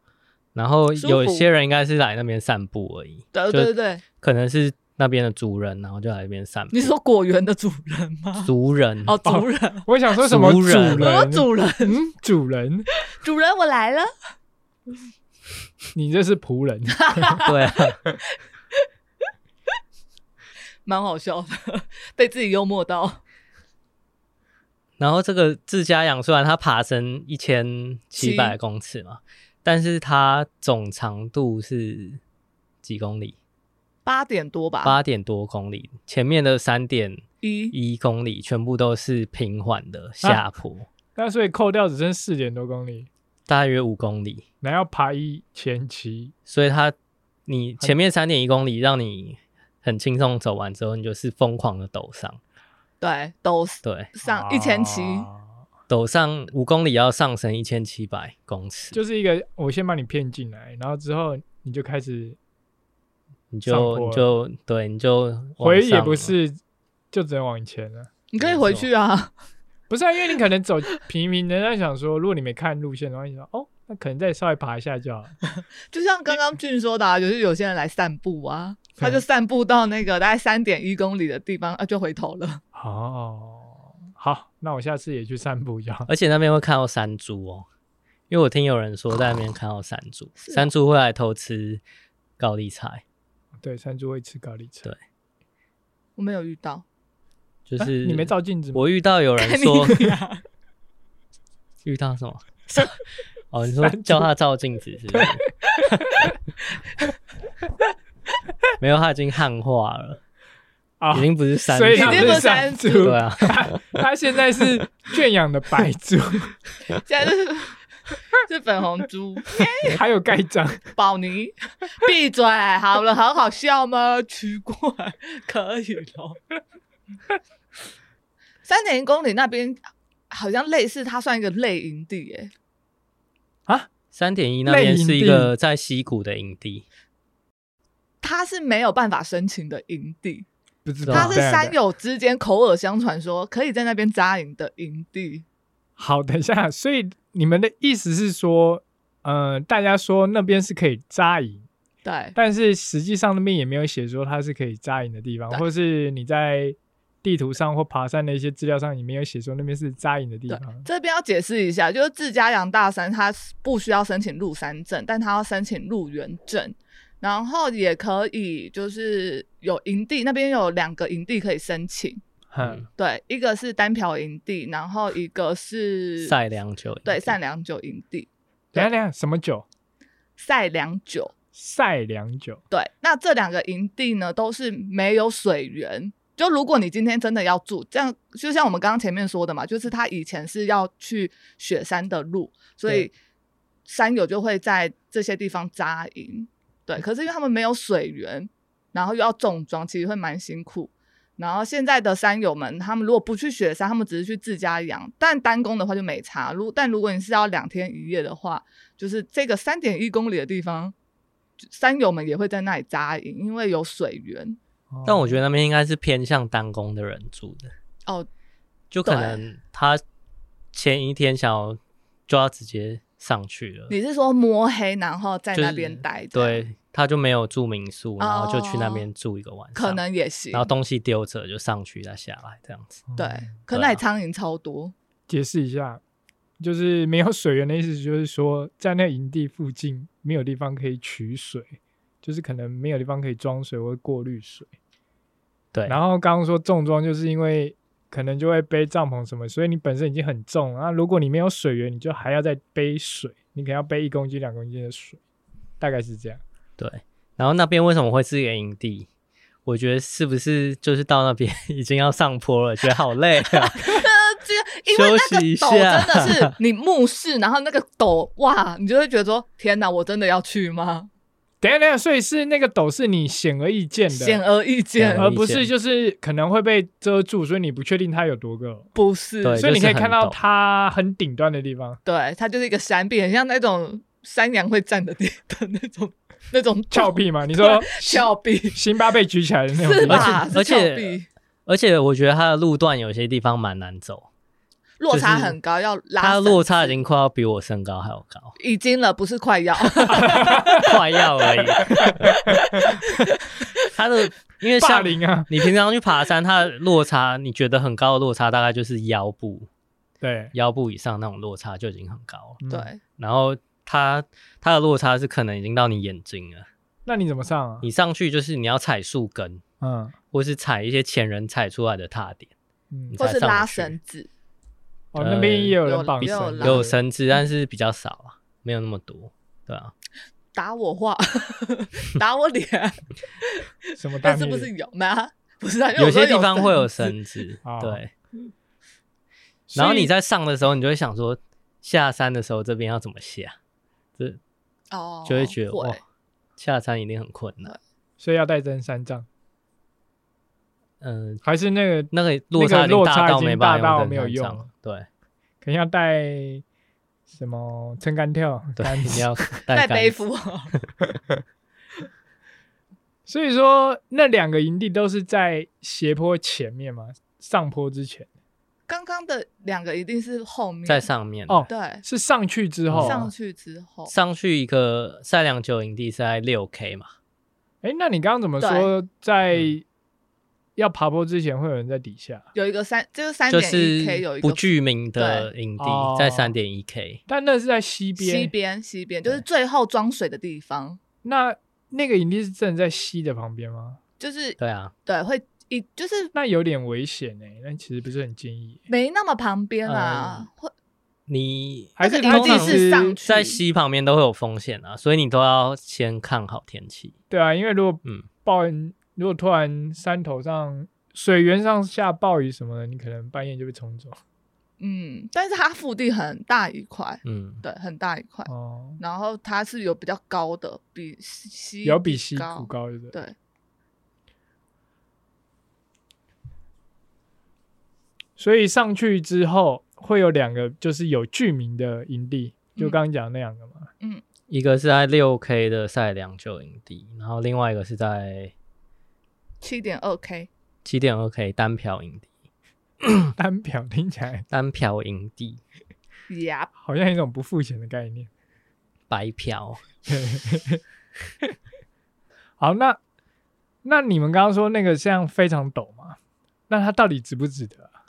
Speaker 3: 然后
Speaker 1: 舒
Speaker 3: 有
Speaker 1: 服
Speaker 3: 些人应该是来那边散步而已，
Speaker 1: 对
Speaker 3: 就
Speaker 1: 对对对，
Speaker 3: 可能是那边的族人，然后就来那边散步。
Speaker 1: 你是说果园的主人 吗？
Speaker 3: 族人
Speaker 1: 哦，主人，
Speaker 2: 我想说什么
Speaker 3: 族
Speaker 2: 主
Speaker 3: 人
Speaker 1: 我说
Speaker 2: 人？
Speaker 1: 主人，
Speaker 2: 嗯，主人
Speaker 1: 主人，我来了。
Speaker 2: 你这是仆 人，
Speaker 3: 对啊，
Speaker 1: 蛮好笑的，被自己幽默到。
Speaker 3: 然后这个自家养虽然它爬升一千七百公尺嘛，但是它总长度是几公里？
Speaker 1: 八点多
Speaker 2: 啊
Speaker 1: 吧，
Speaker 3: 八点多公里，前面的三点
Speaker 1: 一
Speaker 3: 一公里全部都是平缓的下坡，
Speaker 2: 那所以扣掉只剩四点多公里，
Speaker 3: 大约五公里，
Speaker 2: 那要爬一千七，
Speaker 3: 所以它你前面三点一公里让你很轻松走完之后，你就是疯狂的陡上，
Speaker 1: 对都
Speaker 3: 对，
Speaker 1: 上一千七，
Speaker 2: 啊
Speaker 3: 陡上五公里要上升一千七百公尺，
Speaker 2: 就是一个我先把你骗进来，然后之后你就开始
Speaker 3: 你
Speaker 2: 上
Speaker 3: 就
Speaker 2: 坡
Speaker 3: 你就对你就往
Speaker 2: 回也
Speaker 3: 上
Speaker 2: 不
Speaker 3: 了
Speaker 2: 是，就只能往前了。
Speaker 1: 你可以回去啊。
Speaker 2: 不是啊，因为你可能 走平民的，在想说，如果你没看路线的话，你说哦，那可能再稍微爬一下就好了。
Speaker 1: 就像刚刚俊说的、啊，就是有些人来散步啊，他
Speaker 3: 嗯
Speaker 1: 就散步到那个大概三点一公里的地方啊，就回头了。
Speaker 2: 哦，好，那我下次也去散步一下。
Speaker 3: 而且那边会看到山猪哦，因为我听有人说在那边看到山猪，
Speaker 1: 是哦
Speaker 3: 山猪会来偷吃高丽菜，
Speaker 2: 对，山猪会吃高丽菜。
Speaker 1: 我没有遇到，
Speaker 3: 就
Speaker 2: 啊
Speaker 3: 是、
Speaker 2: 你没照镜子吗？
Speaker 3: 我遇到有人
Speaker 1: 看你
Speaker 3: 说 遇到什么？ 哦，你说
Speaker 2: 山猪
Speaker 3: 叫他照镜子是 不是？没有，他已经汉化了，
Speaker 2: 啊
Speaker 3: 已经不是山猪
Speaker 2: 所以它
Speaker 1: 已经不
Speaker 3: 了。
Speaker 2: 是
Speaker 1: 是
Speaker 2: 山
Speaker 1: 山
Speaker 2: 猪，
Speaker 3: 对啊，
Speaker 2: 它它现在是圈养的白 猪，
Speaker 1: 现在就是 是粉红猪
Speaker 2: 还有盖章。
Speaker 1: 宝妮，闭嘴，好了，很好笑吗？奇怪，可以咯。 三点一公里那边好像类似，它算一个类营地耶、
Speaker 3: 三点一那
Speaker 2: 类
Speaker 3: 边
Speaker 2: 营
Speaker 3: 是一
Speaker 2: 地
Speaker 3: 个在溪谷的营地，
Speaker 1: 它是没有办法申请的营地，
Speaker 2: 不知道
Speaker 1: 它是
Speaker 2: 这样的
Speaker 1: 山友之间口耳相传说可以在那边扎营的营地。
Speaker 2: 好，等一下，所以你们的意思是说，呃，大家说那边是可以扎营，
Speaker 1: 对，
Speaker 2: 但是实际上那边也没有写说它是可以扎营的地方，
Speaker 1: 对
Speaker 2: 或是你在地图上或爬山的一些资料上，也没有写说那边是扎营的地方。
Speaker 1: 这边要解释一下，就是自家养大山，它是不需要申请入山证，但它要申请入园证，然后也可以就是有营地，那边有两个营地可以申请，
Speaker 2: 嗯，
Speaker 1: 对，一个是单漂营地，然后一个是
Speaker 3: 嗯晒良久营
Speaker 1: 对
Speaker 3: 地
Speaker 1: 赛良酒营地，
Speaker 2: 等一下等一下，什么酒？
Speaker 1: 赛良酒。
Speaker 2: 晒良酒。
Speaker 1: 对，那这两个营地呢，都是没有水源。就如果你今天真的要住，这样就像我们刚刚前面说的嘛，就是他以前是要去雪山的路，所以
Speaker 2: 对
Speaker 1: 山友就会在这些地方扎营。对，可是因为他们没有水源，然后又要重装，其实会蛮辛苦。然后现在的山友们，他们如果不去雪山，他们只是去自家养，但单工的话就没差。如但如果你是要两天一夜的话，就是这个三点一公里的地方，就山友们也会在那里扎营，因为有水源。
Speaker 2: 哦
Speaker 3: 但我觉得那边应该是偏向单工的人住的，
Speaker 1: 哦，
Speaker 3: 就可
Speaker 1: 对
Speaker 3: 能他前一天想要就要直接上去了，
Speaker 1: 你是说摸黑然后在
Speaker 3: 就是
Speaker 1: 那边待？，哦
Speaker 3: 对，他就没有住民宿，然后就去那边住一个晚上，
Speaker 1: 可能也行
Speaker 3: 然。后东西丢着就上去再下来这样子。
Speaker 1: 对
Speaker 2: 嗯，
Speaker 1: 可
Speaker 3: 啊
Speaker 1: 那里苍蝇超多。
Speaker 2: 解释一下，就是没有水源的意思，就是说在那营地附近没有地方可以取水，就是可能没有地方可以装水或过滤水。
Speaker 3: 对，
Speaker 2: 然后刚刚说重装，就是因为可能就会背帐篷什么，所以你本身已经很重了，那如果你没有水源，你就还要再背水，你可能要背一公斤、两公斤的水，大概是这样。
Speaker 3: 对，然后那边为什么会是一个营地？我觉得是不是就是到那边 已经要上坡了，觉得好累啊？
Speaker 1: 这因为那
Speaker 3: 休息
Speaker 1: 个
Speaker 3: 一下
Speaker 1: 陡真的是 你目视，然后那个陡哇，你就会觉得说：天哪，我真的要去吗？
Speaker 2: 等一下，等一下，所以是那个陡是你显而易见的，
Speaker 1: 显而易见
Speaker 3: 对，
Speaker 2: 而不是就是可能会被遮住，所以你不确定它有多高。
Speaker 1: 不是。
Speaker 3: 对
Speaker 2: 所以你可以
Speaker 3: 就是很
Speaker 2: 看到
Speaker 3: 陡
Speaker 2: 它很顶端的地方，
Speaker 1: 对，它就是一个山壁，很像那种山羊会站的地 的那种那种
Speaker 2: 峭壁嘛？你说
Speaker 1: 峭壁，
Speaker 2: 辛巴被举起来的那种
Speaker 1: 是
Speaker 2: 地方，
Speaker 1: 吧？
Speaker 3: 而
Speaker 1: 是
Speaker 3: 且
Speaker 1: 峭壁
Speaker 3: 而且我觉得它的路段有些地方蛮难走，
Speaker 1: 落差
Speaker 3: 就是
Speaker 1: 很高，要拉
Speaker 3: 它的
Speaker 1: 绳
Speaker 3: 落差已
Speaker 1: 子
Speaker 3: 经快要比我身高还要高，
Speaker 1: 已经了，不是快要。
Speaker 3: 嗯 快要而已。它的因为
Speaker 2: 霸
Speaker 3: 像
Speaker 2: 凌啊，
Speaker 3: 你平常去爬山，它的落差你觉得很高的落差，大概就是腰部
Speaker 2: 对，
Speaker 3: 腰部以上那种落差就已经很高了。
Speaker 2: 嗯，
Speaker 1: 对，
Speaker 3: 然后它它的落差是可能已经到你眼睛了。
Speaker 2: 那你怎么上啊？
Speaker 3: 你上去就是你要踩树根，
Speaker 2: 嗯
Speaker 3: 或是踩一些前人踩出来的踏点，
Speaker 2: 嗯
Speaker 3: 你，
Speaker 1: 或
Speaker 3: 才
Speaker 1: 是
Speaker 3: 上
Speaker 1: 拉
Speaker 3: 去
Speaker 1: 绳子，
Speaker 2: 哦，那边也有
Speaker 1: 有
Speaker 2: 人绑
Speaker 1: 有
Speaker 2: 绳的，
Speaker 1: 啦
Speaker 3: 有绳子，但是比较少啊，没有那么多，对啊。
Speaker 1: 打我 话，打我脸，
Speaker 2: 什么大
Speaker 1: 但
Speaker 2: 秘
Speaker 1: 是
Speaker 2: 密？
Speaker 1: 不是有没啊？不是啊，因为
Speaker 3: 有
Speaker 1: 我说
Speaker 3: 些地方会有
Speaker 1: 绳子，
Speaker 3: 绳子
Speaker 2: 哦，
Speaker 3: 对。
Speaker 2: 所以
Speaker 3: 然后你在上的时候，你就会想说，下山的时候这边要怎么下，这
Speaker 1: 哦，
Speaker 3: 就会觉得哇
Speaker 1: 会，
Speaker 3: 下山一定很困难。
Speaker 2: 所以要带登山杖，
Speaker 3: 嗯，
Speaker 2: 还是那个
Speaker 3: 那个
Speaker 2: 那
Speaker 3: 落
Speaker 2: 个
Speaker 3: 差已经
Speaker 2: 落
Speaker 3: 大
Speaker 2: 差
Speaker 3: 到
Speaker 2: 已经
Speaker 3: 没办
Speaker 2: 大到
Speaker 3: 法
Speaker 2: 没有
Speaker 3: 用登山
Speaker 2: 用
Speaker 3: 杖，对
Speaker 2: 可能要带什么撑杆跳？
Speaker 3: 对，
Speaker 2: 杆
Speaker 3: 一
Speaker 2: 子
Speaker 3: 定要
Speaker 1: 带
Speaker 3: 带杆
Speaker 1: 背
Speaker 3: 子。
Speaker 1: 负，
Speaker 2: 所以说那两个营地都是在斜坡前面嘛，上坡之前
Speaker 1: 刚刚的两个一定是后面
Speaker 3: 在，上面
Speaker 2: 哦，
Speaker 1: 对，
Speaker 2: 是上去之后
Speaker 1: 上
Speaker 2: 啊。
Speaker 1: 去之后，
Speaker 3: 上去一个赛良九营地是在六 K 嘛，
Speaker 2: 哎，那你刚刚怎么说在要爬坡之前会有人在底下？
Speaker 1: 有一个三，就是三
Speaker 3: 就
Speaker 1: 点一 K
Speaker 3: 是
Speaker 1: 有一个
Speaker 3: 不具名的营地
Speaker 2: 哦，
Speaker 3: 在三点一 K。
Speaker 2: 但那是在西边，
Speaker 1: 西边西边，就是
Speaker 2: 对
Speaker 1: 最后装水的地方，
Speaker 2: 那那个营地是真的在西的旁边吗？
Speaker 1: 就是
Speaker 3: 对啊，
Speaker 1: 对会一就是
Speaker 2: 那有点危险哎、欸，但其实不是很建议。
Speaker 1: 没那么旁边
Speaker 3: 嗯
Speaker 1: 啦，会
Speaker 3: 你
Speaker 2: 还是
Speaker 1: 那个
Speaker 2: 他
Speaker 1: 营
Speaker 3: 通
Speaker 1: 地
Speaker 3: 常
Speaker 1: 是上去
Speaker 3: 在西旁边都会有风险啊，所以你都要先看好天气。
Speaker 2: 对啊，因为如果
Speaker 3: 嗯
Speaker 2: 暴恩，如果突然山头上水源上下暴雨什么的，你可能半夜就被冲走。
Speaker 1: 嗯，但是它腹地很大一块，
Speaker 3: 嗯，
Speaker 1: 对，很大一块，
Speaker 2: 哦，
Speaker 1: 然后它是有比较高的，比西西
Speaker 2: 有比溪谷
Speaker 1: 高，
Speaker 2: 高的。
Speaker 1: 对，
Speaker 2: 所以上去之后会有两个就是有剧名的营地，就刚刚讲那两个嘛。
Speaker 3: 一个是在六 K 的赛良旧营地，然后另外一个是在
Speaker 1: 七点二 K，
Speaker 3: 七点二 K 单漂营地。嗯
Speaker 2: 单表听起来
Speaker 3: 单漂营地
Speaker 1: 呀，
Speaker 2: 好像有一种不付钱的概念。
Speaker 3: 白漂，
Speaker 2: 好，那那你们刚刚说那个像非常陡嘛，那它到底值不值得啊、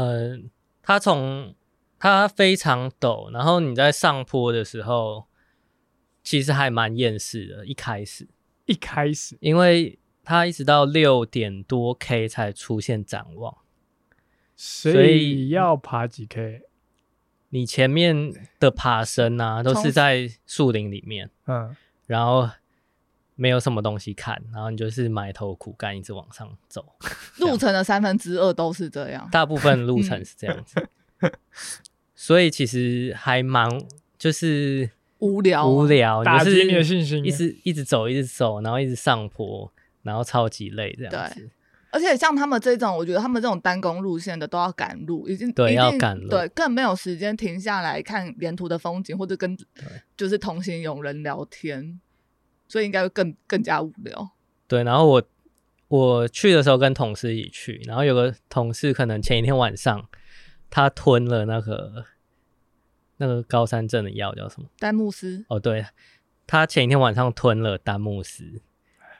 Speaker 3: 呃，它从它非常陡，然后你在上坡的时候，其实还蛮厌世的，一开始，
Speaker 2: 一开始
Speaker 3: 因为它一直到六点多 K 才出现展望。
Speaker 2: 所
Speaker 3: 所
Speaker 2: 以
Speaker 3: 以
Speaker 2: 要爬几 K？
Speaker 3: 你前面的爬升啊，都
Speaker 1: 从
Speaker 3: 是在树林里面，
Speaker 2: 嗯，
Speaker 3: 然后没有什么东西看，然后你就是埋头苦干，一直往上走。
Speaker 1: 路程的三分之二都是这样，
Speaker 3: 大部分路程是这样子，
Speaker 2: 嗯
Speaker 3: 所以其实还蛮就是
Speaker 1: 无聊啊，
Speaker 3: 无聊，
Speaker 2: 打击
Speaker 3: 就哦是
Speaker 2: 你的信心啊
Speaker 3: 一。直一直走，一直走，然后一直上坡，然后超级累这样子。
Speaker 1: 而且像他们这种，我觉得他们这种单工路线的都要赶路，已经
Speaker 3: 对
Speaker 1: 一定
Speaker 3: 要赶路
Speaker 1: 对，更没有时间停下来看沿途的风景，或者跟就是同行友人聊天，所以应该会更更加无聊。
Speaker 3: 对，然后我我去的时候跟同事一起去，然后有个同事可能前一天晚上他吞了那个那个高山症的药叫什么？
Speaker 1: 丹牧斯
Speaker 3: 哦，对，他前一天晚上吞了丹木斯，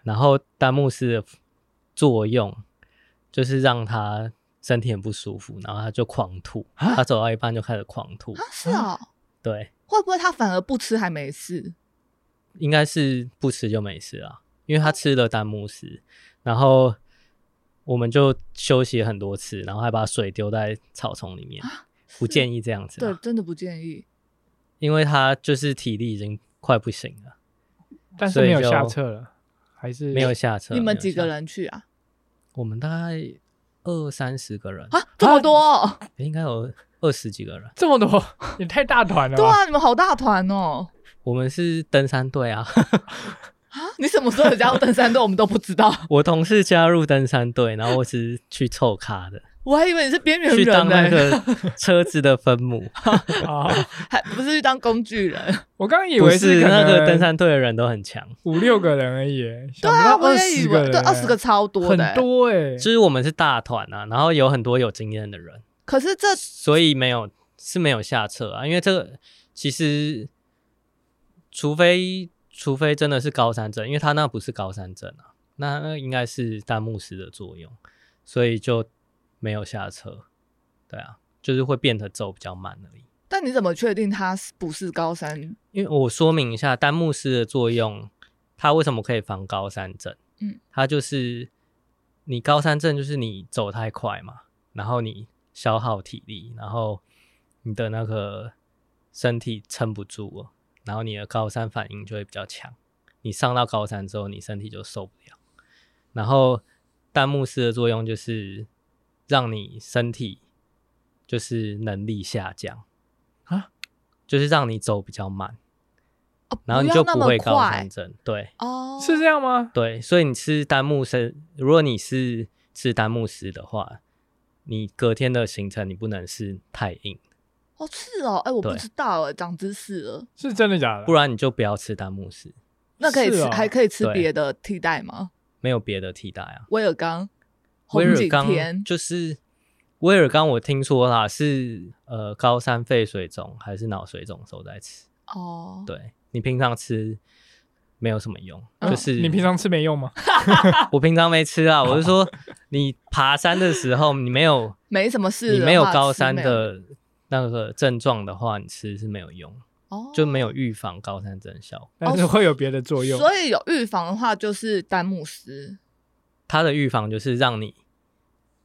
Speaker 3: 然后丹木斯的作用就是让他身体很不舒服，然后他就狂吐，他走到一半就开始狂吐
Speaker 1: 啊，，是啊、
Speaker 3: 对，
Speaker 1: 会不会他反而不吃还没事？
Speaker 3: 应该是不吃就没事啊，因
Speaker 1: 哦
Speaker 3: 为他吃了丹木斯，然后我们就休息很多次，然后还把水丢在草丛里
Speaker 1: 啊
Speaker 3: 面，不建议这样子、
Speaker 1: 对，
Speaker 3: 啊，
Speaker 1: 真的不建议。
Speaker 3: 因为他就是体力已经快不行了，
Speaker 2: 但是
Speaker 3: 所以
Speaker 2: 没有下
Speaker 3: 就
Speaker 2: 撤了，还是
Speaker 3: 没有下车。
Speaker 1: 你
Speaker 3: 没
Speaker 1: 们
Speaker 3: 有
Speaker 1: 几
Speaker 3: 下
Speaker 1: 个
Speaker 3: 车？
Speaker 1: 人去啊？
Speaker 3: 我们大概二三十个人，
Speaker 1: 啊，这么多哦、
Speaker 3: 诶应该有二十几个人。
Speaker 2: 这么多， 也太大团了
Speaker 1: 对
Speaker 2: 吧？
Speaker 1: 啊，你们好大团哦、
Speaker 3: 我们是登山队啊，
Speaker 1: 啊，你什么时候有加入登山队，我们都不知道。
Speaker 3: 我同事加入登山队，然后我只是去凑咖 的，
Speaker 1: 我还以为你是边缘
Speaker 3: 去
Speaker 1: 人
Speaker 3: 当
Speaker 1: 呢、
Speaker 3: 那个车子的分母。
Speaker 2: 啊，
Speaker 1: 还不是去当工具人。
Speaker 2: 我刚刚 以
Speaker 3: 不
Speaker 2: 为
Speaker 3: 是
Speaker 2: 可
Speaker 3: 那个
Speaker 2: 能
Speaker 3: 登山队的人都很强，
Speaker 2: 五六个人而已，
Speaker 1: 对
Speaker 2: 想不
Speaker 1: 啊，
Speaker 2: 到
Speaker 1: 我
Speaker 2: 二
Speaker 1: 也以
Speaker 2: 十
Speaker 1: 为
Speaker 2: 人，
Speaker 1: 对二十个超多的、欸
Speaker 2: 很多哎，
Speaker 3: 就是我们是大团啊，然后有很多有经验的人，
Speaker 1: 可是这
Speaker 3: 所以没有是没有下策啊，因为这个其实除非除非真的是高山症，因为他那不是高山症啊，那那应该是弹幕师的作用，所以就没有下车，对啊，就是会变得走比较慢而已。
Speaker 1: 但你怎么确定它是不是高山？
Speaker 3: 因为我说明一下丹木斯的作用，它为什么可以防高山症？
Speaker 1: 嗯，
Speaker 3: 它就是你高山症就是你走太快嘛，然后你消耗体力，然后你的那个身体撑不住了，然后你的高山反应就会比较强。你上到高山之后，你身体就受不了。然后丹木斯的作用就是让你身体就是能力下降
Speaker 2: 啊，
Speaker 3: 就是让你走比较慢。
Speaker 1: 哦
Speaker 3: 然后你
Speaker 1: 要
Speaker 3: 就
Speaker 1: 那
Speaker 3: 不
Speaker 1: 么
Speaker 3: 会高
Speaker 1: 快
Speaker 3: 山症。对
Speaker 1: 哦，
Speaker 2: 是这样吗？
Speaker 3: 对，所以你吃丹木斯，如果你是吃丹木斯的话，你隔天的行程你不能是太硬，
Speaker 1: 哦，是哦，哎、我不
Speaker 3: 对
Speaker 1: 知道，哎，长知识了。
Speaker 2: 是真的假的？
Speaker 3: 不然你就不要吃丹木斯，
Speaker 1: 那可以
Speaker 2: 是
Speaker 1: 吃，
Speaker 2: 哦
Speaker 1: 还可以吃
Speaker 3: 对
Speaker 1: 别的替代吗？
Speaker 3: 没有别的替代啊。
Speaker 1: 威尔刚、红
Speaker 3: 威尔
Speaker 1: 景
Speaker 3: 刚
Speaker 1: 天，
Speaker 3: 就是威尔刚，我听说啦是呃高山肺水肿还是脑水肿的时候在吃，
Speaker 1: 哦，
Speaker 3: 对你平常吃没有什么用，
Speaker 2: 嗯
Speaker 3: 就是
Speaker 2: 你平常吃没用吗？
Speaker 1: 哦
Speaker 3: 我平常没吃啊，我是 说你爬山的时候你没有。
Speaker 1: 没什么事的话。
Speaker 3: 你没有高山
Speaker 1: 吃没有
Speaker 3: 的那个症状的话，你吃是没有用，
Speaker 1: 哦，
Speaker 3: 就没有预防高山症效果。
Speaker 2: 但是会有别的作用。
Speaker 1: 所以有预防的话，就是丹木斯。
Speaker 3: 它的预防就是让你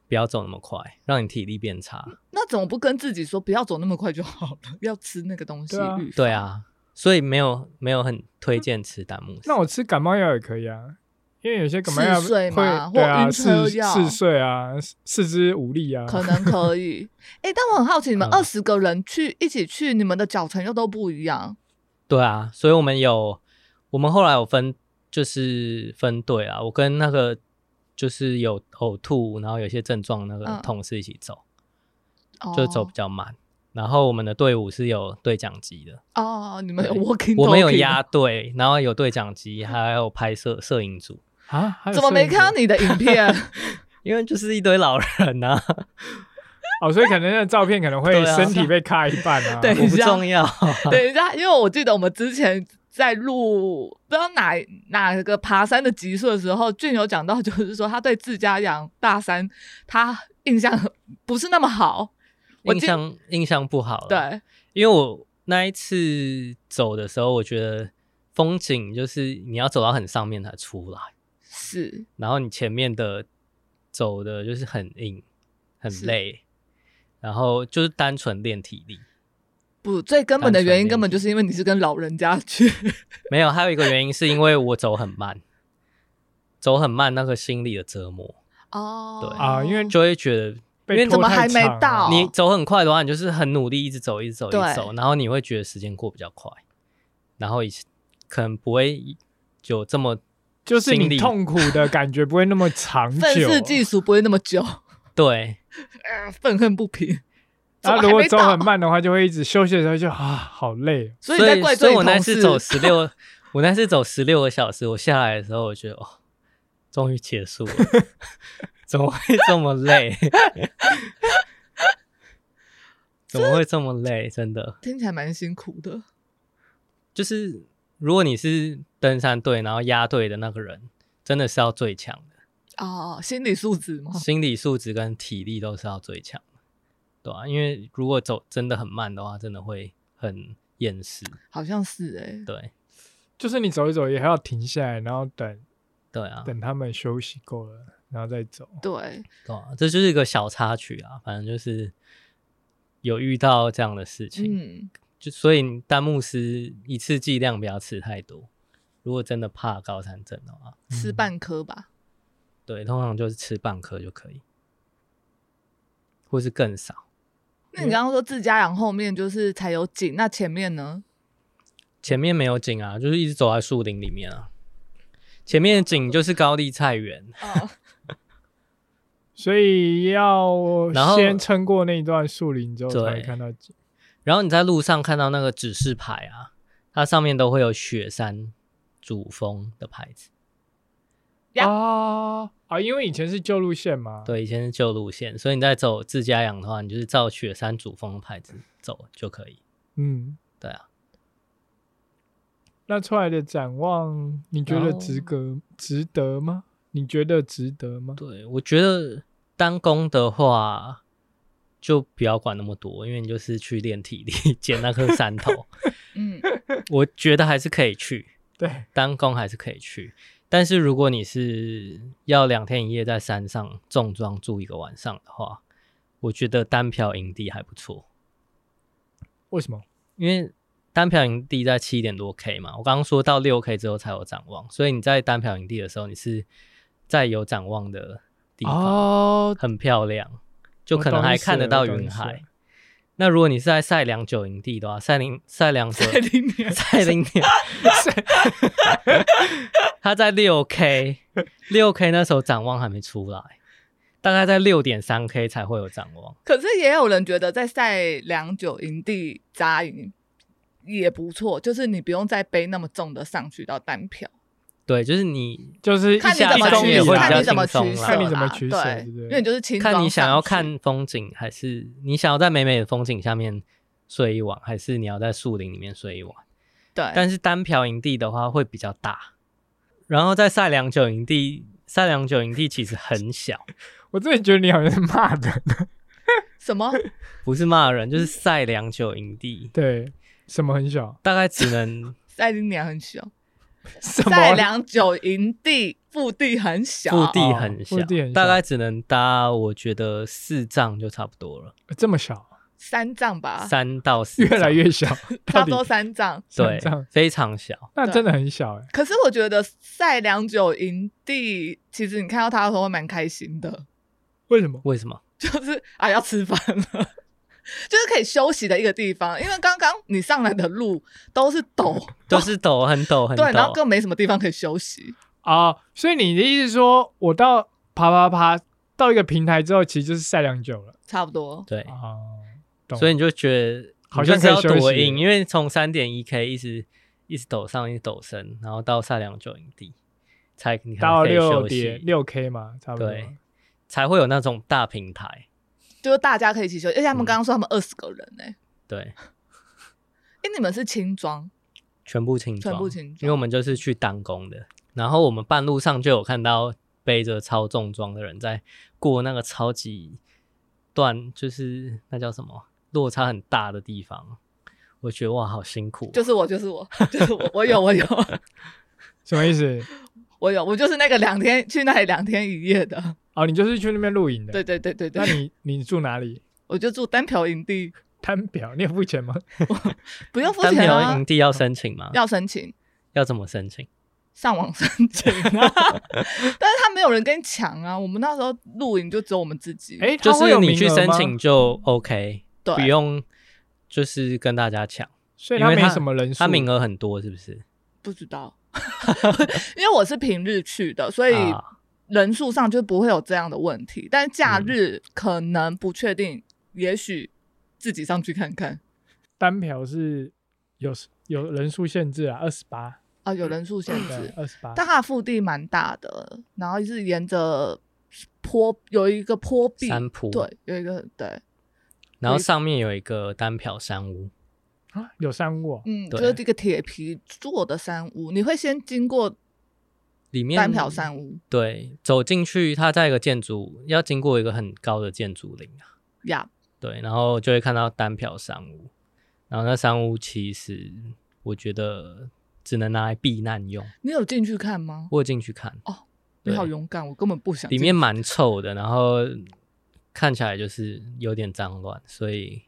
Speaker 3: 不要走那么快，让你体力变差。
Speaker 1: 那怎么不跟自己说不要走那么快就好了？要吃那个东西
Speaker 2: 对啊
Speaker 1: 预防
Speaker 3: 对，啊，所以没有没有很推荐吃丹木斯。
Speaker 2: 那我吃感冒药也可以啊，因为有些感冒药
Speaker 1: 嗜睡嘛
Speaker 2: 会对
Speaker 1: 或
Speaker 2: 啊，
Speaker 1: 晕车
Speaker 2: 嗜
Speaker 1: 药
Speaker 2: 嗜睡啊，四四肢无力啊。
Speaker 1: 可能可以。哎、但我很好奇，你们
Speaker 3: 嗯
Speaker 1: 二十个人去、一起去，你们的脚程又都不一样。
Speaker 3: 对啊，所以我们有我们后来有分就是分队啊，我跟那个就是有呕吐，然后有些症状那
Speaker 1: 嗯
Speaker 3: 个同事一起走，
Speaker 1: 哦
Speaker 3: 就走比较慢。然后我们的队伍是有对讲机的，
Speaker 1: 哦，你们有
Speaker 3: 对
Speaker 1: walking，
Speaker 3: 我们有
Speaker 1: talking
Speaker 3: 压队，然后有对讲机，还有拍摄摄影组，
Speaker 2: 啊，还有
Speaker 1: 怎么没
Speaker 2: 摄影组
Speaker 1: 看到你的影片？
Speaker 3: 因为就是一堆老人呐、啊，
Speaker 2: 哦，所以可能那个照片可能会
Speaker 3: 对啊
Speaker 2: 身体被卡一半啊。
Speaker 1: 对
Speaker 3: 我不重要。
Speaker 1: 等一下，因为我记得我们之前在录不知道哪哪个爬山的集数的时候，俊有讲到，就是说他对自家养大山他印象不是那么好。我
Speaker 3: 印
Speaker 1: 记
Speaker 3: 象印象不好了，，
Speaker 1: 对，
Speaker 3: 因为我那一次走的时候，我觉得风景就是你要走到很上面才出来，
Speaker 1: 是
Speaker 3: 然后你前面的走的就是很硬，很
Speaker 1: 是
Speaker 3: 累，然后就是单纯练体力。
Speaker 1: 不最根本的原因，
Speaker 3: 单纯练习
Speaker 1: 根本就是因为你是跟老人家去。
Speaker 3: 没有，还有一个原因是因为我走很慢，走很慢那个心理的折磨。
Speaker 1: 哦
Speaker 3: 对
Speaker 2: 啊，因为
Speaker 3: 就会觉得
Speaker 2: 被
Speaker 3: 因为
Speaker 2: 拖
Speaker 3: 怎
Speaker 1: 么
Speaker 2: 太
Speaker 1: 还没
Speaker 2: 长了啊
Speaker 1: 到
Speaker 3: 你走很快的话，你就是很努力，一直走，一直走，一
Speaker 1: 对
Speaker 3: 直走，然后你会觉得时间过比较快，然后以可能不会有这么
Speaker 2: 就是
Speaker 3: 心
Speaker 2: 你
Speaker 3: 理
Speaker 2: 痛苦的感觉不会那么长
Speaker 1: 愤
Speaker 2: 久。
Speaker 1: 世 嫉俗不会那么 久，
Speaker 3: 对
Speaker 1: 呃愤恨不 平。怎
Speaker 2: 然
Speaker 1: 么还
Speaker 2: 后如果
Speaker 1: 没
Speaker 2: 走
Speaker 1: 到
Speaker 2: 很，慢的话，就会一直休息的时候就啊，好累哦。
Speaker 1: 所以你
Speaker 3: 所
Speaker 1: 在
Speaker 3: 以
Speaker 1: 怪
Speaker 3: 所
Speaker 1: 罪
Speaker 3: 以
Speaker 1: 你
Speaker 3: 我那
Speaker 1: 同
Speaker 3: 次
Speaker 1: 事。
Speaker 3: 走十六， 我那次走十六个小时，我下来的时候，我觉得哦，终于结束了， 怎么会这么累？ 怎么会这么累？真的，
Speaker 1: 听起来蛮辛苦的。
Speaker 3: 就是如果你是登山队，然后压队的那个人，真的是要最强的，
Speaker 1: 哦，心理素质吗？
Speaker 3: 心理素质跟体力都是要最强的，对啊，因为如果走真的很慢的话，真的会很厌世。
Speaker 1: 好像是哎、
Speaker 3: 对，
Speaker 2: 就是你走一走也还要停下来，然后等
Speaker 3: 对啊，
Speaker 2: 等他们休息够了，然后再走。
Speaker 1: 对，
Speaker 3: 对啊，这就是一个小插曲啊，反正就是有遇到这样的事情，
Speaker 1: 嗯，
Speaker 3: 就所以丹木斯一次剂量不要吃太多。如果真的怕高山症的话，
Speaker 1: 吃
Speaker 2: 嗯
Speaker 1: 半颗吧。
Speaker 3: 对，通常就是吃半颗就可以，或是更少。
Speaker 1: 那
Speaker 2: 嗯
Speaker 1: 你刚刚说自家养后面就是才有景，那前面呢？
Speaker 3: 前面没有景啊，就是一直走在树林里面啊。前面的景就是高丽菜园，
Speaker 1: 哦，
Speaker 2: 所以要
Speaker 3: 然后
Speaker 2: 先撑过那一段树林之后才
Speaker 3: 对
Speaker 2: 会看到景。
Speaker 3: 然后你在路上看到那个指示牌啊，它上面都会有雪山主峰的牌子。
Speaker 1: 呀
Speaker 2: 啊啊，因为以前是旧路线嘛。
Speaker 3: 对，以前是旧路线，所以你在走自家养的话，你就是照雪山主峰的牌子走就可以。
Speaker 2: 嗯，
Speaker 3: 对啊，
Speaker 2: 那出来的展望，你觉得值得值得吗？你觉得值得吗？
Speaker 3: 对我觉得单攻的话，就不要管那么多，因为你就是去练体力， 捡那颗山头。
Speaker 1: 嗯，
Speaker 3: 我觉得还是可以去，
Speaker 2: 对，
Speaker 3: 单工还是可以去。但是如果你是要两天一夜在山上重装住一个晚上的话，我觉得单漂营地还不错，
Speaker 2: 为什么？
Speaker 3: 因为单漂营地在七点多 K 嘛，我刚刚说到六 K 之后才有展望，所以你在单漂营地的时候，你是在有展望的地方，
Speaker 2: 哦，
Speaker 3: 很漂亮，就
Speaker 2: 我
Speaker 3: 可能
Speaker 2: 懂
Speaker 3: 还
Speaker 2: 意思
Speaker 3: 看得
Speaker 2: 了
Speaker 3: 到
Speaker 2: 我懂意
Speaker 3: 云
Speaker 2: 思了
Speaker 3: 海。那如果你是在赛良九营地的话，赛林赛良九
Speaker 1: 在里面
Speaker 3: 蔡林鸟， 他在六 K，六 K 那时候展望还没出来，大概在六点三 K 才会有展望。
Speaker 1: 可是也有人觉得在晒良久营地扎营也不错，就是你不用再背那么重的上去到单票，
Speaker 3: 对，就是你
Speaker 2: 就是一
Speaker 1: 看你
Speaker 2: 下
Speaker 1: 怎么
Speaker 3: 一公里
Speaker 1: 取
Speaker 3: 也
Speaker 1: 舍，
Speaker 3: 会比
Speaker 1: 看
Speaker 3: 较
Speaker 1: 你怎么
Speaker 3: 轻松
Speaker 1: 取舍啦，
Speaker 3: 啦
Speaker 2: 看你怎么取舍
Speaker 1: 对，
Speaker 2: 对不对
Speaker 1: 因为你就是轻
Speaker 3: 看你
Speaker 1: 装
Speaker 3: 想
Speaker 1: 上
Speaker 3: 要
Speaker 1: 去
Speaker 3: 看风景，还是你想要在美美的风景下面睡一晚，还是你要在树林里面睡一晚？
Speaker 1: 对，
Speaker 3: 但是单漂营地的话会比较大，然后在赛良九营地，赛良九营地其实很小，
Speaker 2: 我真的觉得你好像是骂人。
Speaker 1: 什么？
Speaker 3: 不是骂人，就是赛良九营地
Speaker 2: 对，什么很小？
Speaker 3: 大概只能
Speaker 1: 赛林鸟很 小，
Speaker 2: 什
Speaker 1: 赛
Speaker 2: 么？
Speaker 1: 良久营地腹地很小，
Speaker 3: 腹地
Speaker 2: 哦
Speaker 3: 很小，
Speaker 2: 腹地很
Speaker 3: 大
Speaker 2: 小
Speaker 3: 概只能搭，我觉得四丈就差不多了，
Speaker 2: 这么小？
Speaker 1: 三丈吧，
Speaker 3: 三到四
Speaker 2: 越来
Speaker 3: 丈
Speaker 2: 越小，
Speaker 1: 差
Speaker 2: 到
Speaker 1: 不
Speaker 2: 底
Speaker 1: 多三丈。
Speaker 2: 三
Speaker 3: 对
Speaker 2: 丈，
Speaker 3: 非常小。
Speaker 2: 那真的很小哎。
Speaker 1: 可是我觉得赛良久营地，其实你看到它的时候会蛮开心的，
Speaker 2: 为什么？
Speaker 3: 为什么？
Speaker 1: 就是啊要吃饭了， 就是可以休息的一个地方。因为刚刚你上来的路都是陡，
Speaker 3: 都是陡，很陡，很
Speaker 1: 对，然后
Speaker 3: 陡。
Speaker 1: 更没什么地方可以休息。
Speaker 2: 啊，所以你的意思是说，我到爬爬爬到一个平台之后，其实就是晒良久了
Speaker 1: 差不多，
Speaker 3: 对，
Speaker 2: 哦，懂
Speaker 3: 所以你就觉得
Speaker 2: 好
Speaker 3: 你就
Speaker 2: 像
Speaker 3: 是
Speaker 2: 可以
Speaker 3: 要
Speaker 2: 休
Speaker 3: 多
Speaker 2: 息
Speaker 3: 硬，
Speaker 2: 了
Speaker 3: 因为从三点一 K 一直一直陡上，一直陡升，然后到赛良九营地才你才
Speaker 2: 到
Speaker 3: 可以
Speaker 2: 六
Speaker 3: 休
Speaker 2: 点
Speaker 3: 息，
Speaker 2: 六 K 嘛，差不多。
Speaker 3: 对，才会有那种大平台。
Speaker 1: 就是大家可以一起休息。而且他们
Speaker 3: 嗯
Speaker 1: 刚刚说他们二十个人呢、欸，
Speaker 3: 对，
Speaker 1: 哎、你们是轻装，
Speaker 3: 全部轻
Speaker 1: 全
Speaker 3: 装，
Speaker 1: 部轻
Speaker 3: 因为我
Speaker 1: 装，
Speaker 3: 们就是去当工的，然后我们半路上就有看到背着超重装的人在过那个超级段，就是那叫什么落差很大的地方，我觉得哇，好辛苦哦、
Speaker 1: 就是我，就是我， 就是我，我有，我有，
Speaker 2: 什么意思？
Speaker 1: 我有，我就是那个两天去那里两天一夜的。
Speaker 2: 哦，你就是去那边露营的。
Speaker 1: 对，对对对
Speaker 2: 那
Speaker 1: 对，
Speaker 2: 你你住哪里？
Speaker 1: 我就住单瓢营地，
Speaker 2: 摊表，你有付 钱吗？
Speaker 1: 不用付
Speaker 3: 单
Speaker 1: 钱
Speaker 3: 苗
Speaker 1: 啊
Speaker 3: 营，地要申请吗？
Speaker 1: 要申请。
Speaker 3: 要怎么申请？
Speaker 1: 上网申请 啊，但是他没有人跟你抢啊。我们那时候露营就只有我们自己，
Speaker 2: 哎，
Speaker 3: 就
Speaker 2: 它会
Speaker 3: 是
Speaker 2: 有
Speaker 3: 你去
Speaker 2: 名额
Speaker 3: 申
Speaker 2: 吗
Speaker 3: 请，就 OK，
Speaker 1: 对
Speaker 3: 不用就是跟大家抢，
Speaker 2: 所以
Speaker 3: 因
Speaker 2: 它
Speaker 3: 为
Speaker 2: 没什么人数。
Speaker 3: 他名额很多，是不是？
Speaker 1: 不知道， 因为我是平日去的，所以
Speaker 3: 啊，
Speaker 1: 人数上就不会有这样的问题。但假
Speaker 3: 嗯
Speaker 1: 日可能不确定，也许自己上去看看
Speaker 2: 单票是有有人数限制啊，二十八，
Speaker 1: 啊，
Speaker 3: 嗯
Speaker 1: 有人数限
Speaker 2: 对
Speaker 1: 制，，
Speaker 2: 二十八。
Speaker 1: 但它的腹地蛮大的，然后是沿着坡有一个坡壁，
Speaker 3: 山坡
Speaker 1: 对，有一个对，
Speaker 3: 然后上面有一个单漂山屋，
Speaker 2: 啊有三五哦，
Speaker 1: 嗯，
Speaker 3: 对
Speaker 1: 就是这个铁皮做的山屋，你会先经过
Speaker 3: 里面
Speaker 1: 单挑山屋。
Speaker 3: 对，走进去，它在一个建筑，要经过一个很高的建筑林啊。
Speaker 1: 呀
Speaker 3: 对，然后就会看到单票商屋，然后那商屋其实我觉得只能拿来避难用。
Speaker 1: 你有进去看吗？
Speaker 3: 我有进去看，
Speaker 1: 哦你好
Speaker 3: 对
Speaker 1: 勇敢，我根本不想进。
Speaker 3: 里面蛮臭的，然后看起来就是有点脏乱，所以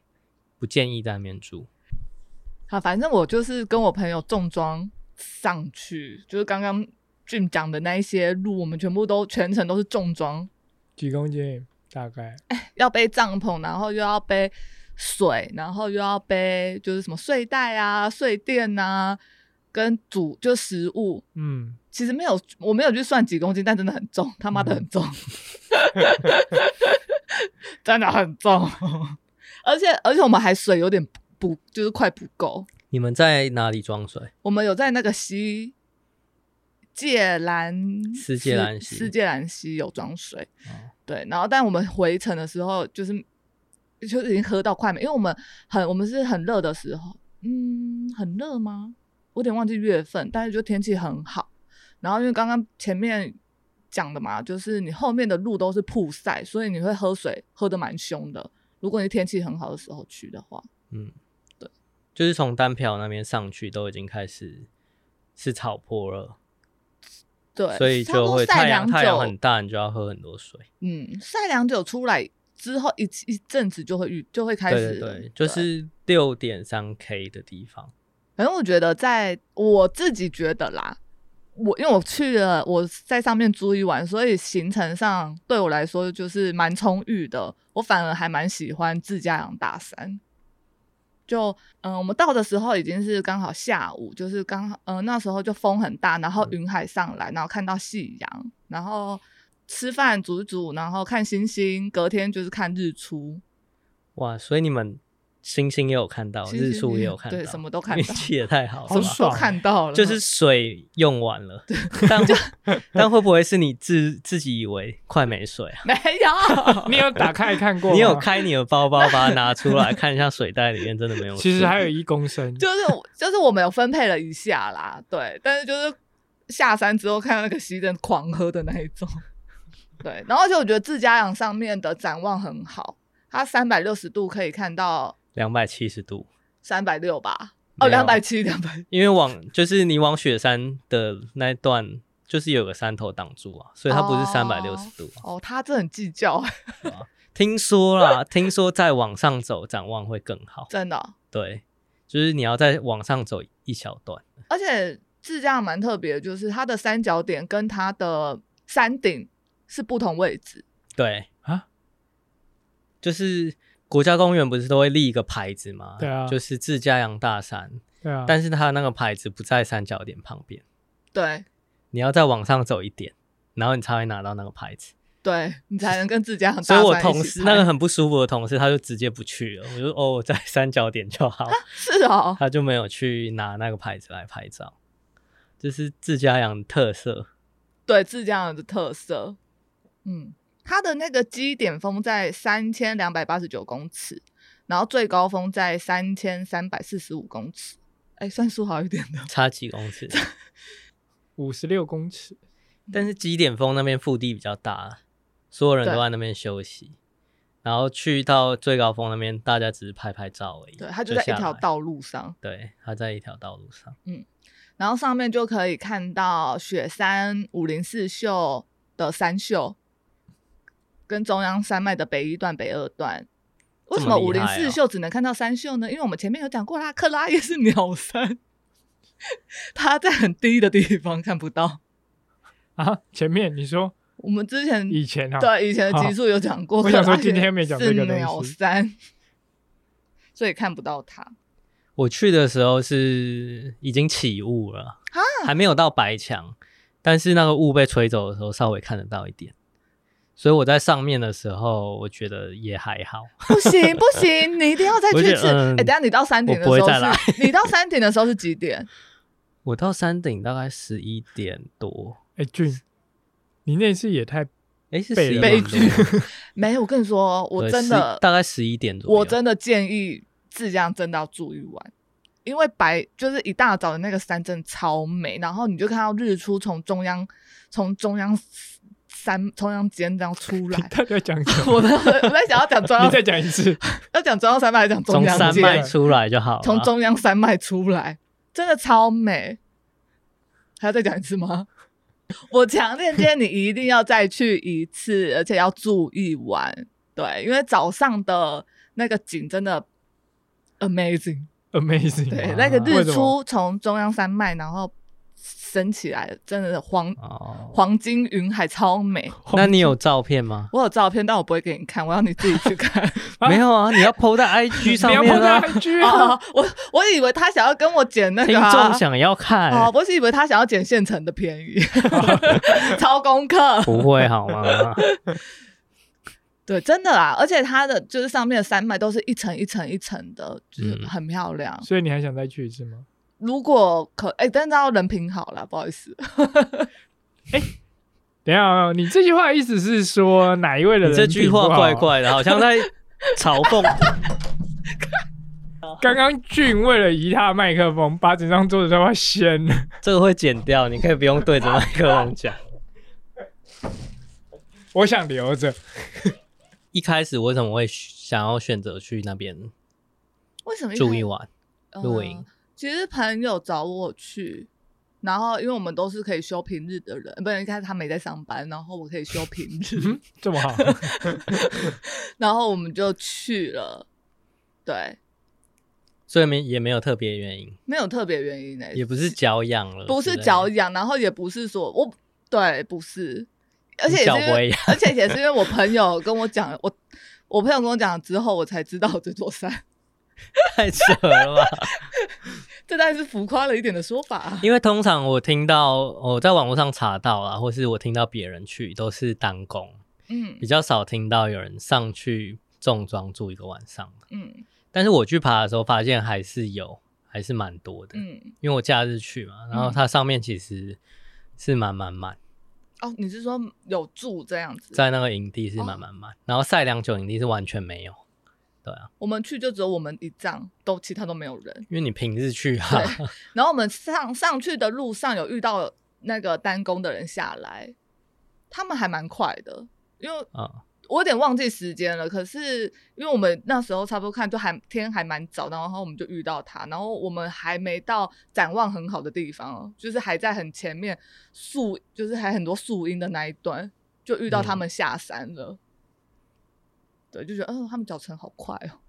Speaker 3: 不建议在那边住。
Speaker 1: 好，反正我就是跟我朋友重装上去，就是刚刚俊讲的那一些路，我们全部都全程都是重装，
Speaker 2: 几公斤大概？
Speaker 3: 哎
Speaker 1: 要背帐篷，然后又要背水，然后又要背就是什么睡袋啊、睡垫啊，跟煮就食物。
Speaker 2: 嗯，
Speaker 1: 其实没有，我没有去算几公斤，但真的很重，他妈的很重， 真的很重。 而且而且我们还水有点不不，就是快不够。
Speaker 3: 你们在哪里装水？
Speaker 1: 我们有在那个西芥兰
Speaker 3: 斯芥兰溪
Speaker 1: 斯芥兰溪有装水，
Speaker 3: 哦
Speaker 1: 对。然后但我们回程的时候，就是就是已经喝到快没，因为我们很我们是很热的时候，嗯，很热吗？我有点忘记月份，但是就天气很好。然后因为刚刚前面讲的嘛，就是你后面的路都是曝晒，所以你会喝水喝得蛮凶的。如果你天气很好的时候去的话，
Speaker 3: 嗯，
Speaker 1: 对，
Speaker 3: 就是从单票那边上去都已经开始是草坡了，
Speaker 1: 对，
Speaker 3: 所以
Speaker 1: 差不
Speaker 3: 就
Speaker 1: 多
Speaker 3: 会
Speaker 1: 晒
Speaker 3: 太阳
Speaker 1: 凉
Speaker 3: 太阳
Speaker 1: 久，
Speaker 3: 很大，你就要喝很多水。
Speaker 1: 嗯，晒凉久出来之后一一阵子就会遇就会开
Speaker 3: 对对
Speaker 1: 始，啊
Speaker 3: 对，就是六点三 K 的地方，
Speaker 1: 反正我觉得在，我自己觉得啦，我因为我去了，我在上面住一晚，所以行程上对我来说就是蛮充裕的。我反而还蛮喜欢自家养大山。就嗯，我们到的时候已经是刚好下午，就是刚好嗯那时候就风很大，然后
Speaker 3: 嗯
Speaker 1: 云海上来，然后看到夕阳，然后吃饭煮一煮，然后看星星，隔天就是看日出。
Speaker 3: 哇！所以你们星星也有看到，
Speaker 1: 星星嗯
Speaker 3: 哦日出也有看到，
Speaker 1: 对 什么都看
Speaker 3: 运
Speaker 1: 到
Speaker 3: 气也太好了吧，
Speaker 1: 什
Speaker 2: 好
Speaker 1: 么
Speaker 2: 爽
Speaker 1: 都看到了，
Speaker 3: 就是水用完了，但会 但会不会是你自自己以为快没水啊？
Speaker 1: 没有。
Speaker 2: 你有打开看过吗？
Speaker 3: 你有开你的包包，把它拿出来看一下，水袋里面真的没有水。
Speaker 2: 其实还有一公升，
Speaker 1: 就是我就是我们有分配了一下啦，对，但是就是下山之后看到那个熄灯狂喝的那一种，对，然后而且我觉得自家养上面的展望很好，它三百六十度可以看到
Speaker 3: 两百七十度，
Speaker 1: 三百六吧，哦，
Speaker 3: 没有
Speaker 1: 两百七，两百，
Speaker 3: 因为往就是你往雪山的那一段，就是有个山头挡住啊，所以它不是
Speaker 1: 哦
Speaker 3: 三百六十度啊。
Speaker 1: 哦，他这很计较，欸
Speaker 3: 听说啦，听说再往上走展望会更好。
Speaker 1: 真的哦、
Speaker 3: 对，就是你要再往上走一小段。
Speaker 1: 而且自家养蛮特别的，就是它的三角点跟它的山顶是不同位置，
Speaker 3: 对
Speaker 2: 啊，
Speaker 3: 就是国家公园不是都会立一个牌子吗？
Speaker 2: 对啊
Speaker 3: 就是自家阳大山，
Speaker 2: 对啊，
Speaker 3: 但是它那个牌子不在三角点旁边，
Speaker 1: 对
Speaker 3: 你要再往上走一点，然后你才会拿到那个牌子。
Speaker 1: 对，你才能跟自家养
Speaker 3: 所
Speaker 1: 大
Speaker 3: 以
Speaker 1: 山
Speaker 3: 我
Speaker 1: 一
Speaker 3: 同
Speaker 1: 起
Speaker 3: 事
Speaker 1: 拍
Speaker 3: 那个很不舒服的同事，他就直接不去了。我就哦，我在三角点就好，
Speaker 1: 是哦，
Speaker 3: 他就没有去拿那个牌子来拍照。这是自家阳特色，
Speaker 1: 对，自家人的特色。嗯，它的那个基点峰在三千两百八十九公尺，然后最高峰在三千三百四十五公尺。哎，算数好一点的。
Speaker 3: 差几公尺，
Speaker 2: 五十六公尺，
Speaker 3: 但是基点峰那边腹地比较大，啊所有人都
Speaker 1: 对
Speaker 3: 在那边休息，然后去到最高峰那边，大家只是拍拍照而已。
Speaker 1: 对，它就在一
Speaker 3: 下
Speaker 1: 条
Speaker 3: 来，
Speaker 1: 道路上，
Speaker 3: 对，它在一条道路上。
Speaker 1: 然后上面就可以看到雪山、五零四秀的山秀，跟中央山脉的北一段、北二段。为
Speaker 3: 这
Speaker 1: 什
Speaker 3: 么
Speaker 1: 么
Speaker 3: 厉
Speaker 1: 五零
Speaker 3: 害哦
Speaker 1: 四秀只能看到山秀呢？因为我们前面有讲过啦，克拉也是鸟山， 它在很低的地方看不到。
Speaker 2: 啊，前面你说
Speaker 1: 我们之
Speaker 3: 嗯
Speaker 1: 前
Speaker 2: 以前啊，
Speaker 1: 对以前的集数有讲过，
Speaker 2: 好我想说
Speaker 1: 可是它
Speaker 2: 今天没讲这个东西
Speaker 1: 是鸟山，所以看不到它。
Speaker 3: 我去的时候是已经起雾了，还没有到白墙，但是那个雾被吹走的时候稍微看得到一点，所以我在上面的时候，我觉得也还好。
Speaker 1: 不行不行，你一定要再
Speaker 3: 我觉
Speaker 1: 去
Speaker 3: 得
Speaker 1: 吃。哎、
Speaker 3: 嗯
Speaker 1: 等一下你到山顶的时
Speaker 3: 我不
Speaker 1: 候
Speaker 3: 会再来
Speaker 1: 是， 你到山顶的时候是几点？
Speaker 3: 我到山顶大概十一点多，
Speaker 2: 哎俊，你那次也太
Speaker 3: 哎，是
Speaker 2: 悲
Speaker 3: 11
Speaker 1: 悲
Speaker 3: 点
Speaker 1: 剧
Speaker 3: 多
Speaker 1: 没有，我跟你说，哦 我
Speaker 3: 对
Speaker 1: 真的
Speaker 3: 10，大概十一点左右，
Speaker 1: 我真的建议自驾真的要住一晚。因为白就是一大早的那个山真的超美，然后你就看到日出从中央从中央山中央间这样出来
Speaker 2: 你。到底要讲什么？
Speaker 1: 我在我在想要讲中央
Speaker 2: 你再讲一次，
Speaker 1: 要讲中央山脉，还是讲中
Speaker 3: 从
Speaker 1: 央
Speaker 3: 山
Speaker 1: 界
Speaker 3: 脉出来就好了。
Speaker 1: 从中央山脉出来，真的超美。还要再讲一次吗？ 我强烈建议你一定要再去一次，而且要住一晚。对，因为早上的那个景真的 amazing。
Speaker 2: amazing，啊
Speaker 1: 对
Speaker 2: 吗，
Speaker 1: 那个
Speaker 2: 为
Speaker 1: 日
Speaker 2: 什么
Speaker 1: 出从中央山脉然后升起来，真的黄
Speaker 3: 哦，
Speaker 1: 黄金云海超美。
Speaker 3: 那你有照片吗？
Speaker 1: 我有照片，但我不会给你看，我要你自己去看。
Speaker 2: 啊
Speaker 3: 没有啊，你要 PO 在 IG 上
Speaker 2: 你要
Speaker 3: 面
Speaker 2: 碰到
Speaker 3: 啊，
Speaker 2: IG 啊，
Speaker 1: 哦，我我以为他想要跟我剪那
Speaker 3: 听
Speaker 1: 个、啊，
Speaker 3: 众想要看，
Speaker 2: 啊
Speaker 1: 哦，我是以为他想要捡现成的便 宜，抄功课。
Speaker 3: 不会 好吗？
Speaker 1: 对，真的啦，而且它的就是上面的山脉都是一层一层一层的，就是
Speaker 3: 嗯
Speaker 1: 很漂亮。
Speaker 2: 所以你还想再去一次吗？
Speaker 1: 如果可，哎、但是要人品好啦，不好意思，
Speaker 2: 等一下啊，你这句话的意思是说哪一位的
Speaker 3: 你
Speaker 2: 人
Speaker 3: 这句
Speaker 2: 品不
Speaker 3: 话
Speaker 2: 好
Speaker 3: 怪。怪的，好像在嘲讽。
Speaker 2: 刚刚俊为了移他的麦克风，把整张桌子都要掀了。
Speaker 3: 这个会剪掉，你可以不用对着麦克风讲。
Speaker 2: 我想留着，
Speaker 3: 一开始为什么会想要选择去那边
Speaker 1: 为什么
Speaker 3: 住
Speaker 1: 一
Speaker 3: 一
Speaker 1: 晚？
Speaker 3: 晚露营
Speaker 1: 呃？其实朋友找我去，然后因为我们都是可以休平日的人，不然一开始他没在上班，然后我可以休平日，
Speaker 2: 嗯， 这 么好，
Speaker 1: 然后我们就去了。对，
Speaker 3: 所以没也没有特别原因，
Speaker 1: 没有特别原因呢、欸
Speaker 3: 也不是脚痒了之类的，
Speaker 1: 哎不是脚痒，然后也不是说我对，不是，而
Speaker 3: 你
Speaker 1: 且也
Speaker 3: 脚
Speaker 1: 是因
Speaker 3: 不会
Speaker 1: 为
Speaker 3: 痒，
Speaker 1: 而且也是因为我朋友跟我讲，我我朋友跟我讲之后，我才知道这座山，
Speaker 3: 太扯了吧？
Speaker 1: 这当然是浮夸了一点的说法啊。
Speaker 3: 因为通常我听到我在网络上查到啦，或是我听到别人去都是单工，
Speaker 1: 嗯
Speaker 3: 比较少听到有人上去重装住一个晚上。
Speaker 1: 嗯
Speaker 3: 但是我去爬的时候发现还是有，还是蛮多的。
Speaker 1: 嗯，
Speaker 3: 因为我假日去嘛，然后它上面其实是满满满，
Speaker 1: 哦，你是说有住这样子？
Speaker 3: 在那个营地是满满满，然后赛良酒营地是完全没有。对啊，
Speaker 1: 我们去就只有我们一丈，都其他都没有人。
Speaker 3: 因为你平日去啊，
Speaker 1: 然后我们上上去的路上有遇到那个单工的人下来，他们还蛮快的，因为
Speaker 3: 啊、
Speaker 1: 我有点忘记时间了，可是因为我们那时候差不多看就还天还蛮早，然后我们就遇到他，然后我们还没到展望很好的地方哦，就是还在很前面树，就是还很多树荫的那一段，就遇到他们下山了。对，就觉得嗯、他们脚程好快哦。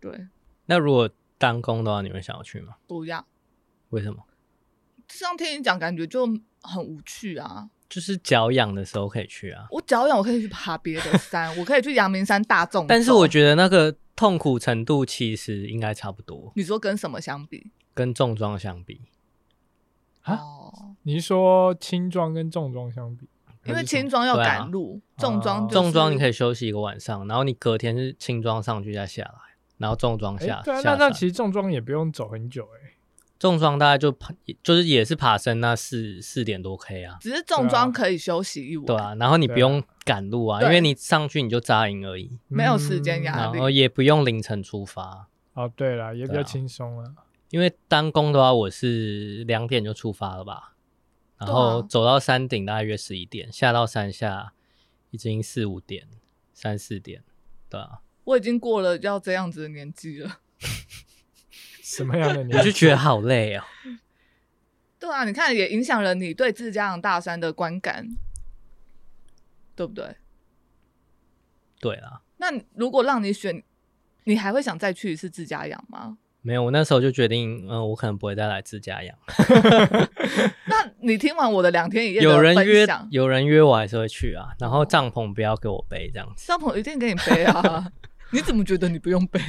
Speaker 1: 对，
Speaker 3: 那如果当工的话，你会想要去吗？
Speaker 1: 不要
Speaker 3: 为什么？
Speaker 1: 这样听你讲，感觉就很无趣啊。
Speaker 3: 就是脚痒的时候可以去啊，
Speaker 1: 我脚痒，我可以去爬别的山， 我可以去阳明山大众走。
Speaker 3: 但是我觉得那个痛苦程度其实应该差不多，
Speaker 1: 你说跟什么相比？
Speaker 3: 跟重装相比，
Speaker 2: 啊
Speaker 1: 哦，
Speaker 2: 你是说轻装跟重装相比，
Speaker 1: 因为
Speaker 3: 还是什么
Speaker 1: 轻装要
Speaker 3: 对啊
Speaker 1: 赶路，重装、就
Speaker 2: 哦
Speaker 1: 是、
Speaker 3: 重装你可以休息一个晚上，然后你隔天是轻装上去再下来，然后重装
Speaker 2: 哎、
Speaker 3: 下、
Speaker 2: 对啊，那
Speaker 3: 下
Speaker 2: 那
Speaker 3: 山。
Speaker 2: 其实重装也不用走很久、哎，
Speaker 3: 重装大概就爬，就是也是爬升那四四点多 K 啊，
Speaker 1: 只是重装可以休息一晚，
Speaker 3: 对啊，然后你不用赶路啊，
Speaker 1: 对
Speaker 3: 因为你上去你就扎营而已，
Speaker 1: 没有时间压
Speaker 2: 呀。
Speaker 1: 力
Speaker 3: 然后也不用凌晨出发，
Speaker 2: 嗯哦，对了，也比
Speaker 3: 对
Speaker 2: 较
Speaker 3: 啊
Speaker 2: 轻松了。
Speaker 3: 因为单工的话我是两点就出发了吧，然后
Speaker 1: 对啊
Speaker 3: 走到山顶大概约十一点，下到山下已经四五点、三四点，对啊，
Speaker 1: 我已经过了要这样子的年纪了。
Speaker 2: 什么样 的年
Speaker 3: 我就
Speaker 2: 纪？
Speaker 3: 觉得好累哦。
Speaker 1: 对啊，你看也影响了你对自家养大山的观感，对不对？
Speaker 3: 对啊啦，
Speaker 1: 那如果让你选，你还会想再去一次自家养吗？
Speaker 3: 没有，我那时候就决定，嗯、我可能不会再来自家养。
Speaker 1: 那你听完我的两天一夜的
Speaker 3: 有人
Speaker 1: 分
Speaker 3: 约
Speaker 1: 享，，哦
Speaker 3: 有人约我还是会去啊，然后帐篷不要给我背这样子。
Speaker 1: 帐篷一定给你背 啊！你怎么觉得你不用背？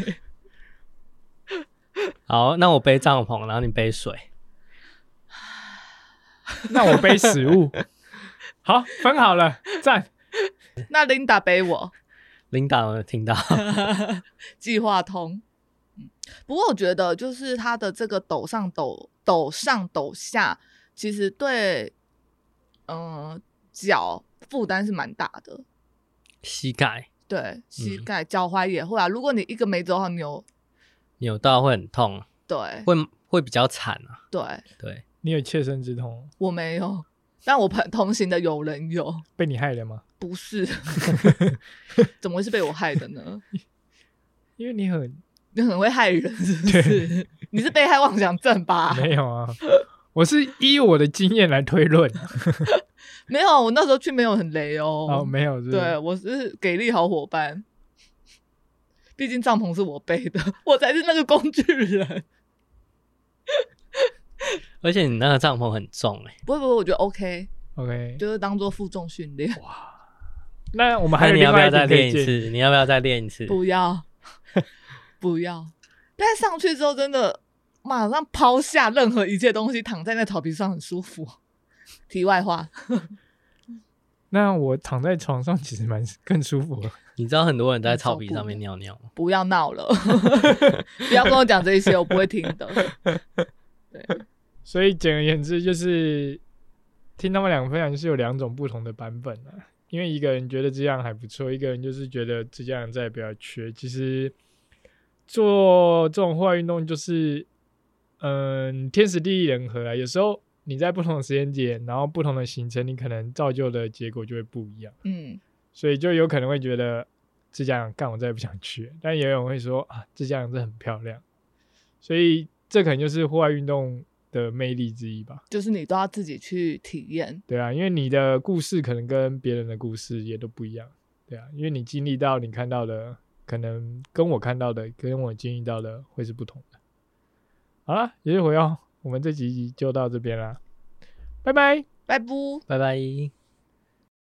Speaker 3: 好，那我背帐篷，然后你背水。
Speaker 2: 那我背食物。 好，分好了，赞。
Speaker 1: 那琳达背我，
Speaker 3: 琳达有没有听到？
Speaker 1: 计划通。嗯，不过我觉得就是它的这个抖上抖抖上抖下，其实对，嗯、脚负担是蛮大的，
Speaker 3: 膝盖
Speaker 1: 对，膝
Speaker 3: 嗯
Speaker 1: 盖、脚踝也会啊。如果你一个没走好扭，
Speaker 3: 扭到会很痛，
Speaker 1: 对
Speaker 3: 会会比较惨啊。
Speaker 1: 对，
Speaker 3: 对，
Speaker 2: 你有切身之痛，
Speaker 1: 我没有，但我朋 同行的有人有，
Speaker 2: 被你害了吗？
Speaker 1: 不是，怎么会是被我害的呢？
Speaker 2: 因为你很
Speaker 1: 你很会害人，是不是？ 你是被害妄想症吧？
Speaker 2: 没有啊。我是依我的经验来推论，
Speaker 1: 没有，我那时候去没有很雷哦。
Speaker 2: 哦，没有，是不是
Speaker 1: 对，我是给力好伙伴。毕竟帐篷是我背的，我才是那个工具人。
Speaker 3: 而且你那个帐篷很重哎、
Speaker 1: 不会不会，我觉得 OK，
Speaker 2: ，OK。
Speaker 1: 就是当做负重训练。
Speaker 2: 那我们还
Speaker 3: 那
Speaker 2: 有
Speaker 3: 你
Speaker 2: 另
Speaker 3: 要不
Speaker 2: 外
Speaker 3: 要
Speaker 2: 一
Speaker 3: 再
Speaker 2: 点
Speaker 3: 练一
Speaker 2: 推荐，
Speaker 3: 次？你要不要再练一次？
Speaker 1: 不要，不要。但上去之后，真的马上抛下任何一切东西，躺在那草皮上很舒服。题外话，
Speaker 2: 那我躺在床上其实蛮 更舒服的。
Speaker 3: 你知道很多人在草皮上面尿尿吗？
Speaker 1: 不要闹了，不要跟我讲这些，我不会听的。
Speaker 2: 所以简而言之，就是听他们两个分享，就是有两种不同的版本啊。因为一个人觉得这样还不错，一个人就是觉得这样再也不要缺。其实做这种户外运动就是，嗯，天时地利人和啊。有时候你在不同的时间点，然后不同的行程，你可能造就的结果就会不一样，
Speaker 1: 嗯，
Speaker 2: 所以就有可能会觉得自家养干，我再也不想去。但也有人会说啊，自家养真的很漂亮，所以这可能就是户外运动的魅力之一吧。
Speaker 1: 就是你都要自己去体验。
Speaker 2: 对啊，因为你的故事可能跟别人的故事也都不一样，对啊，因为你经历到你看到的，可能跟我看到的，跟我经历到的会是不同的。好了，也哦就回到我们这集就到这边啦，拜拜。
Speaker 1: 拜拜。
Speaker 3: 拜拜。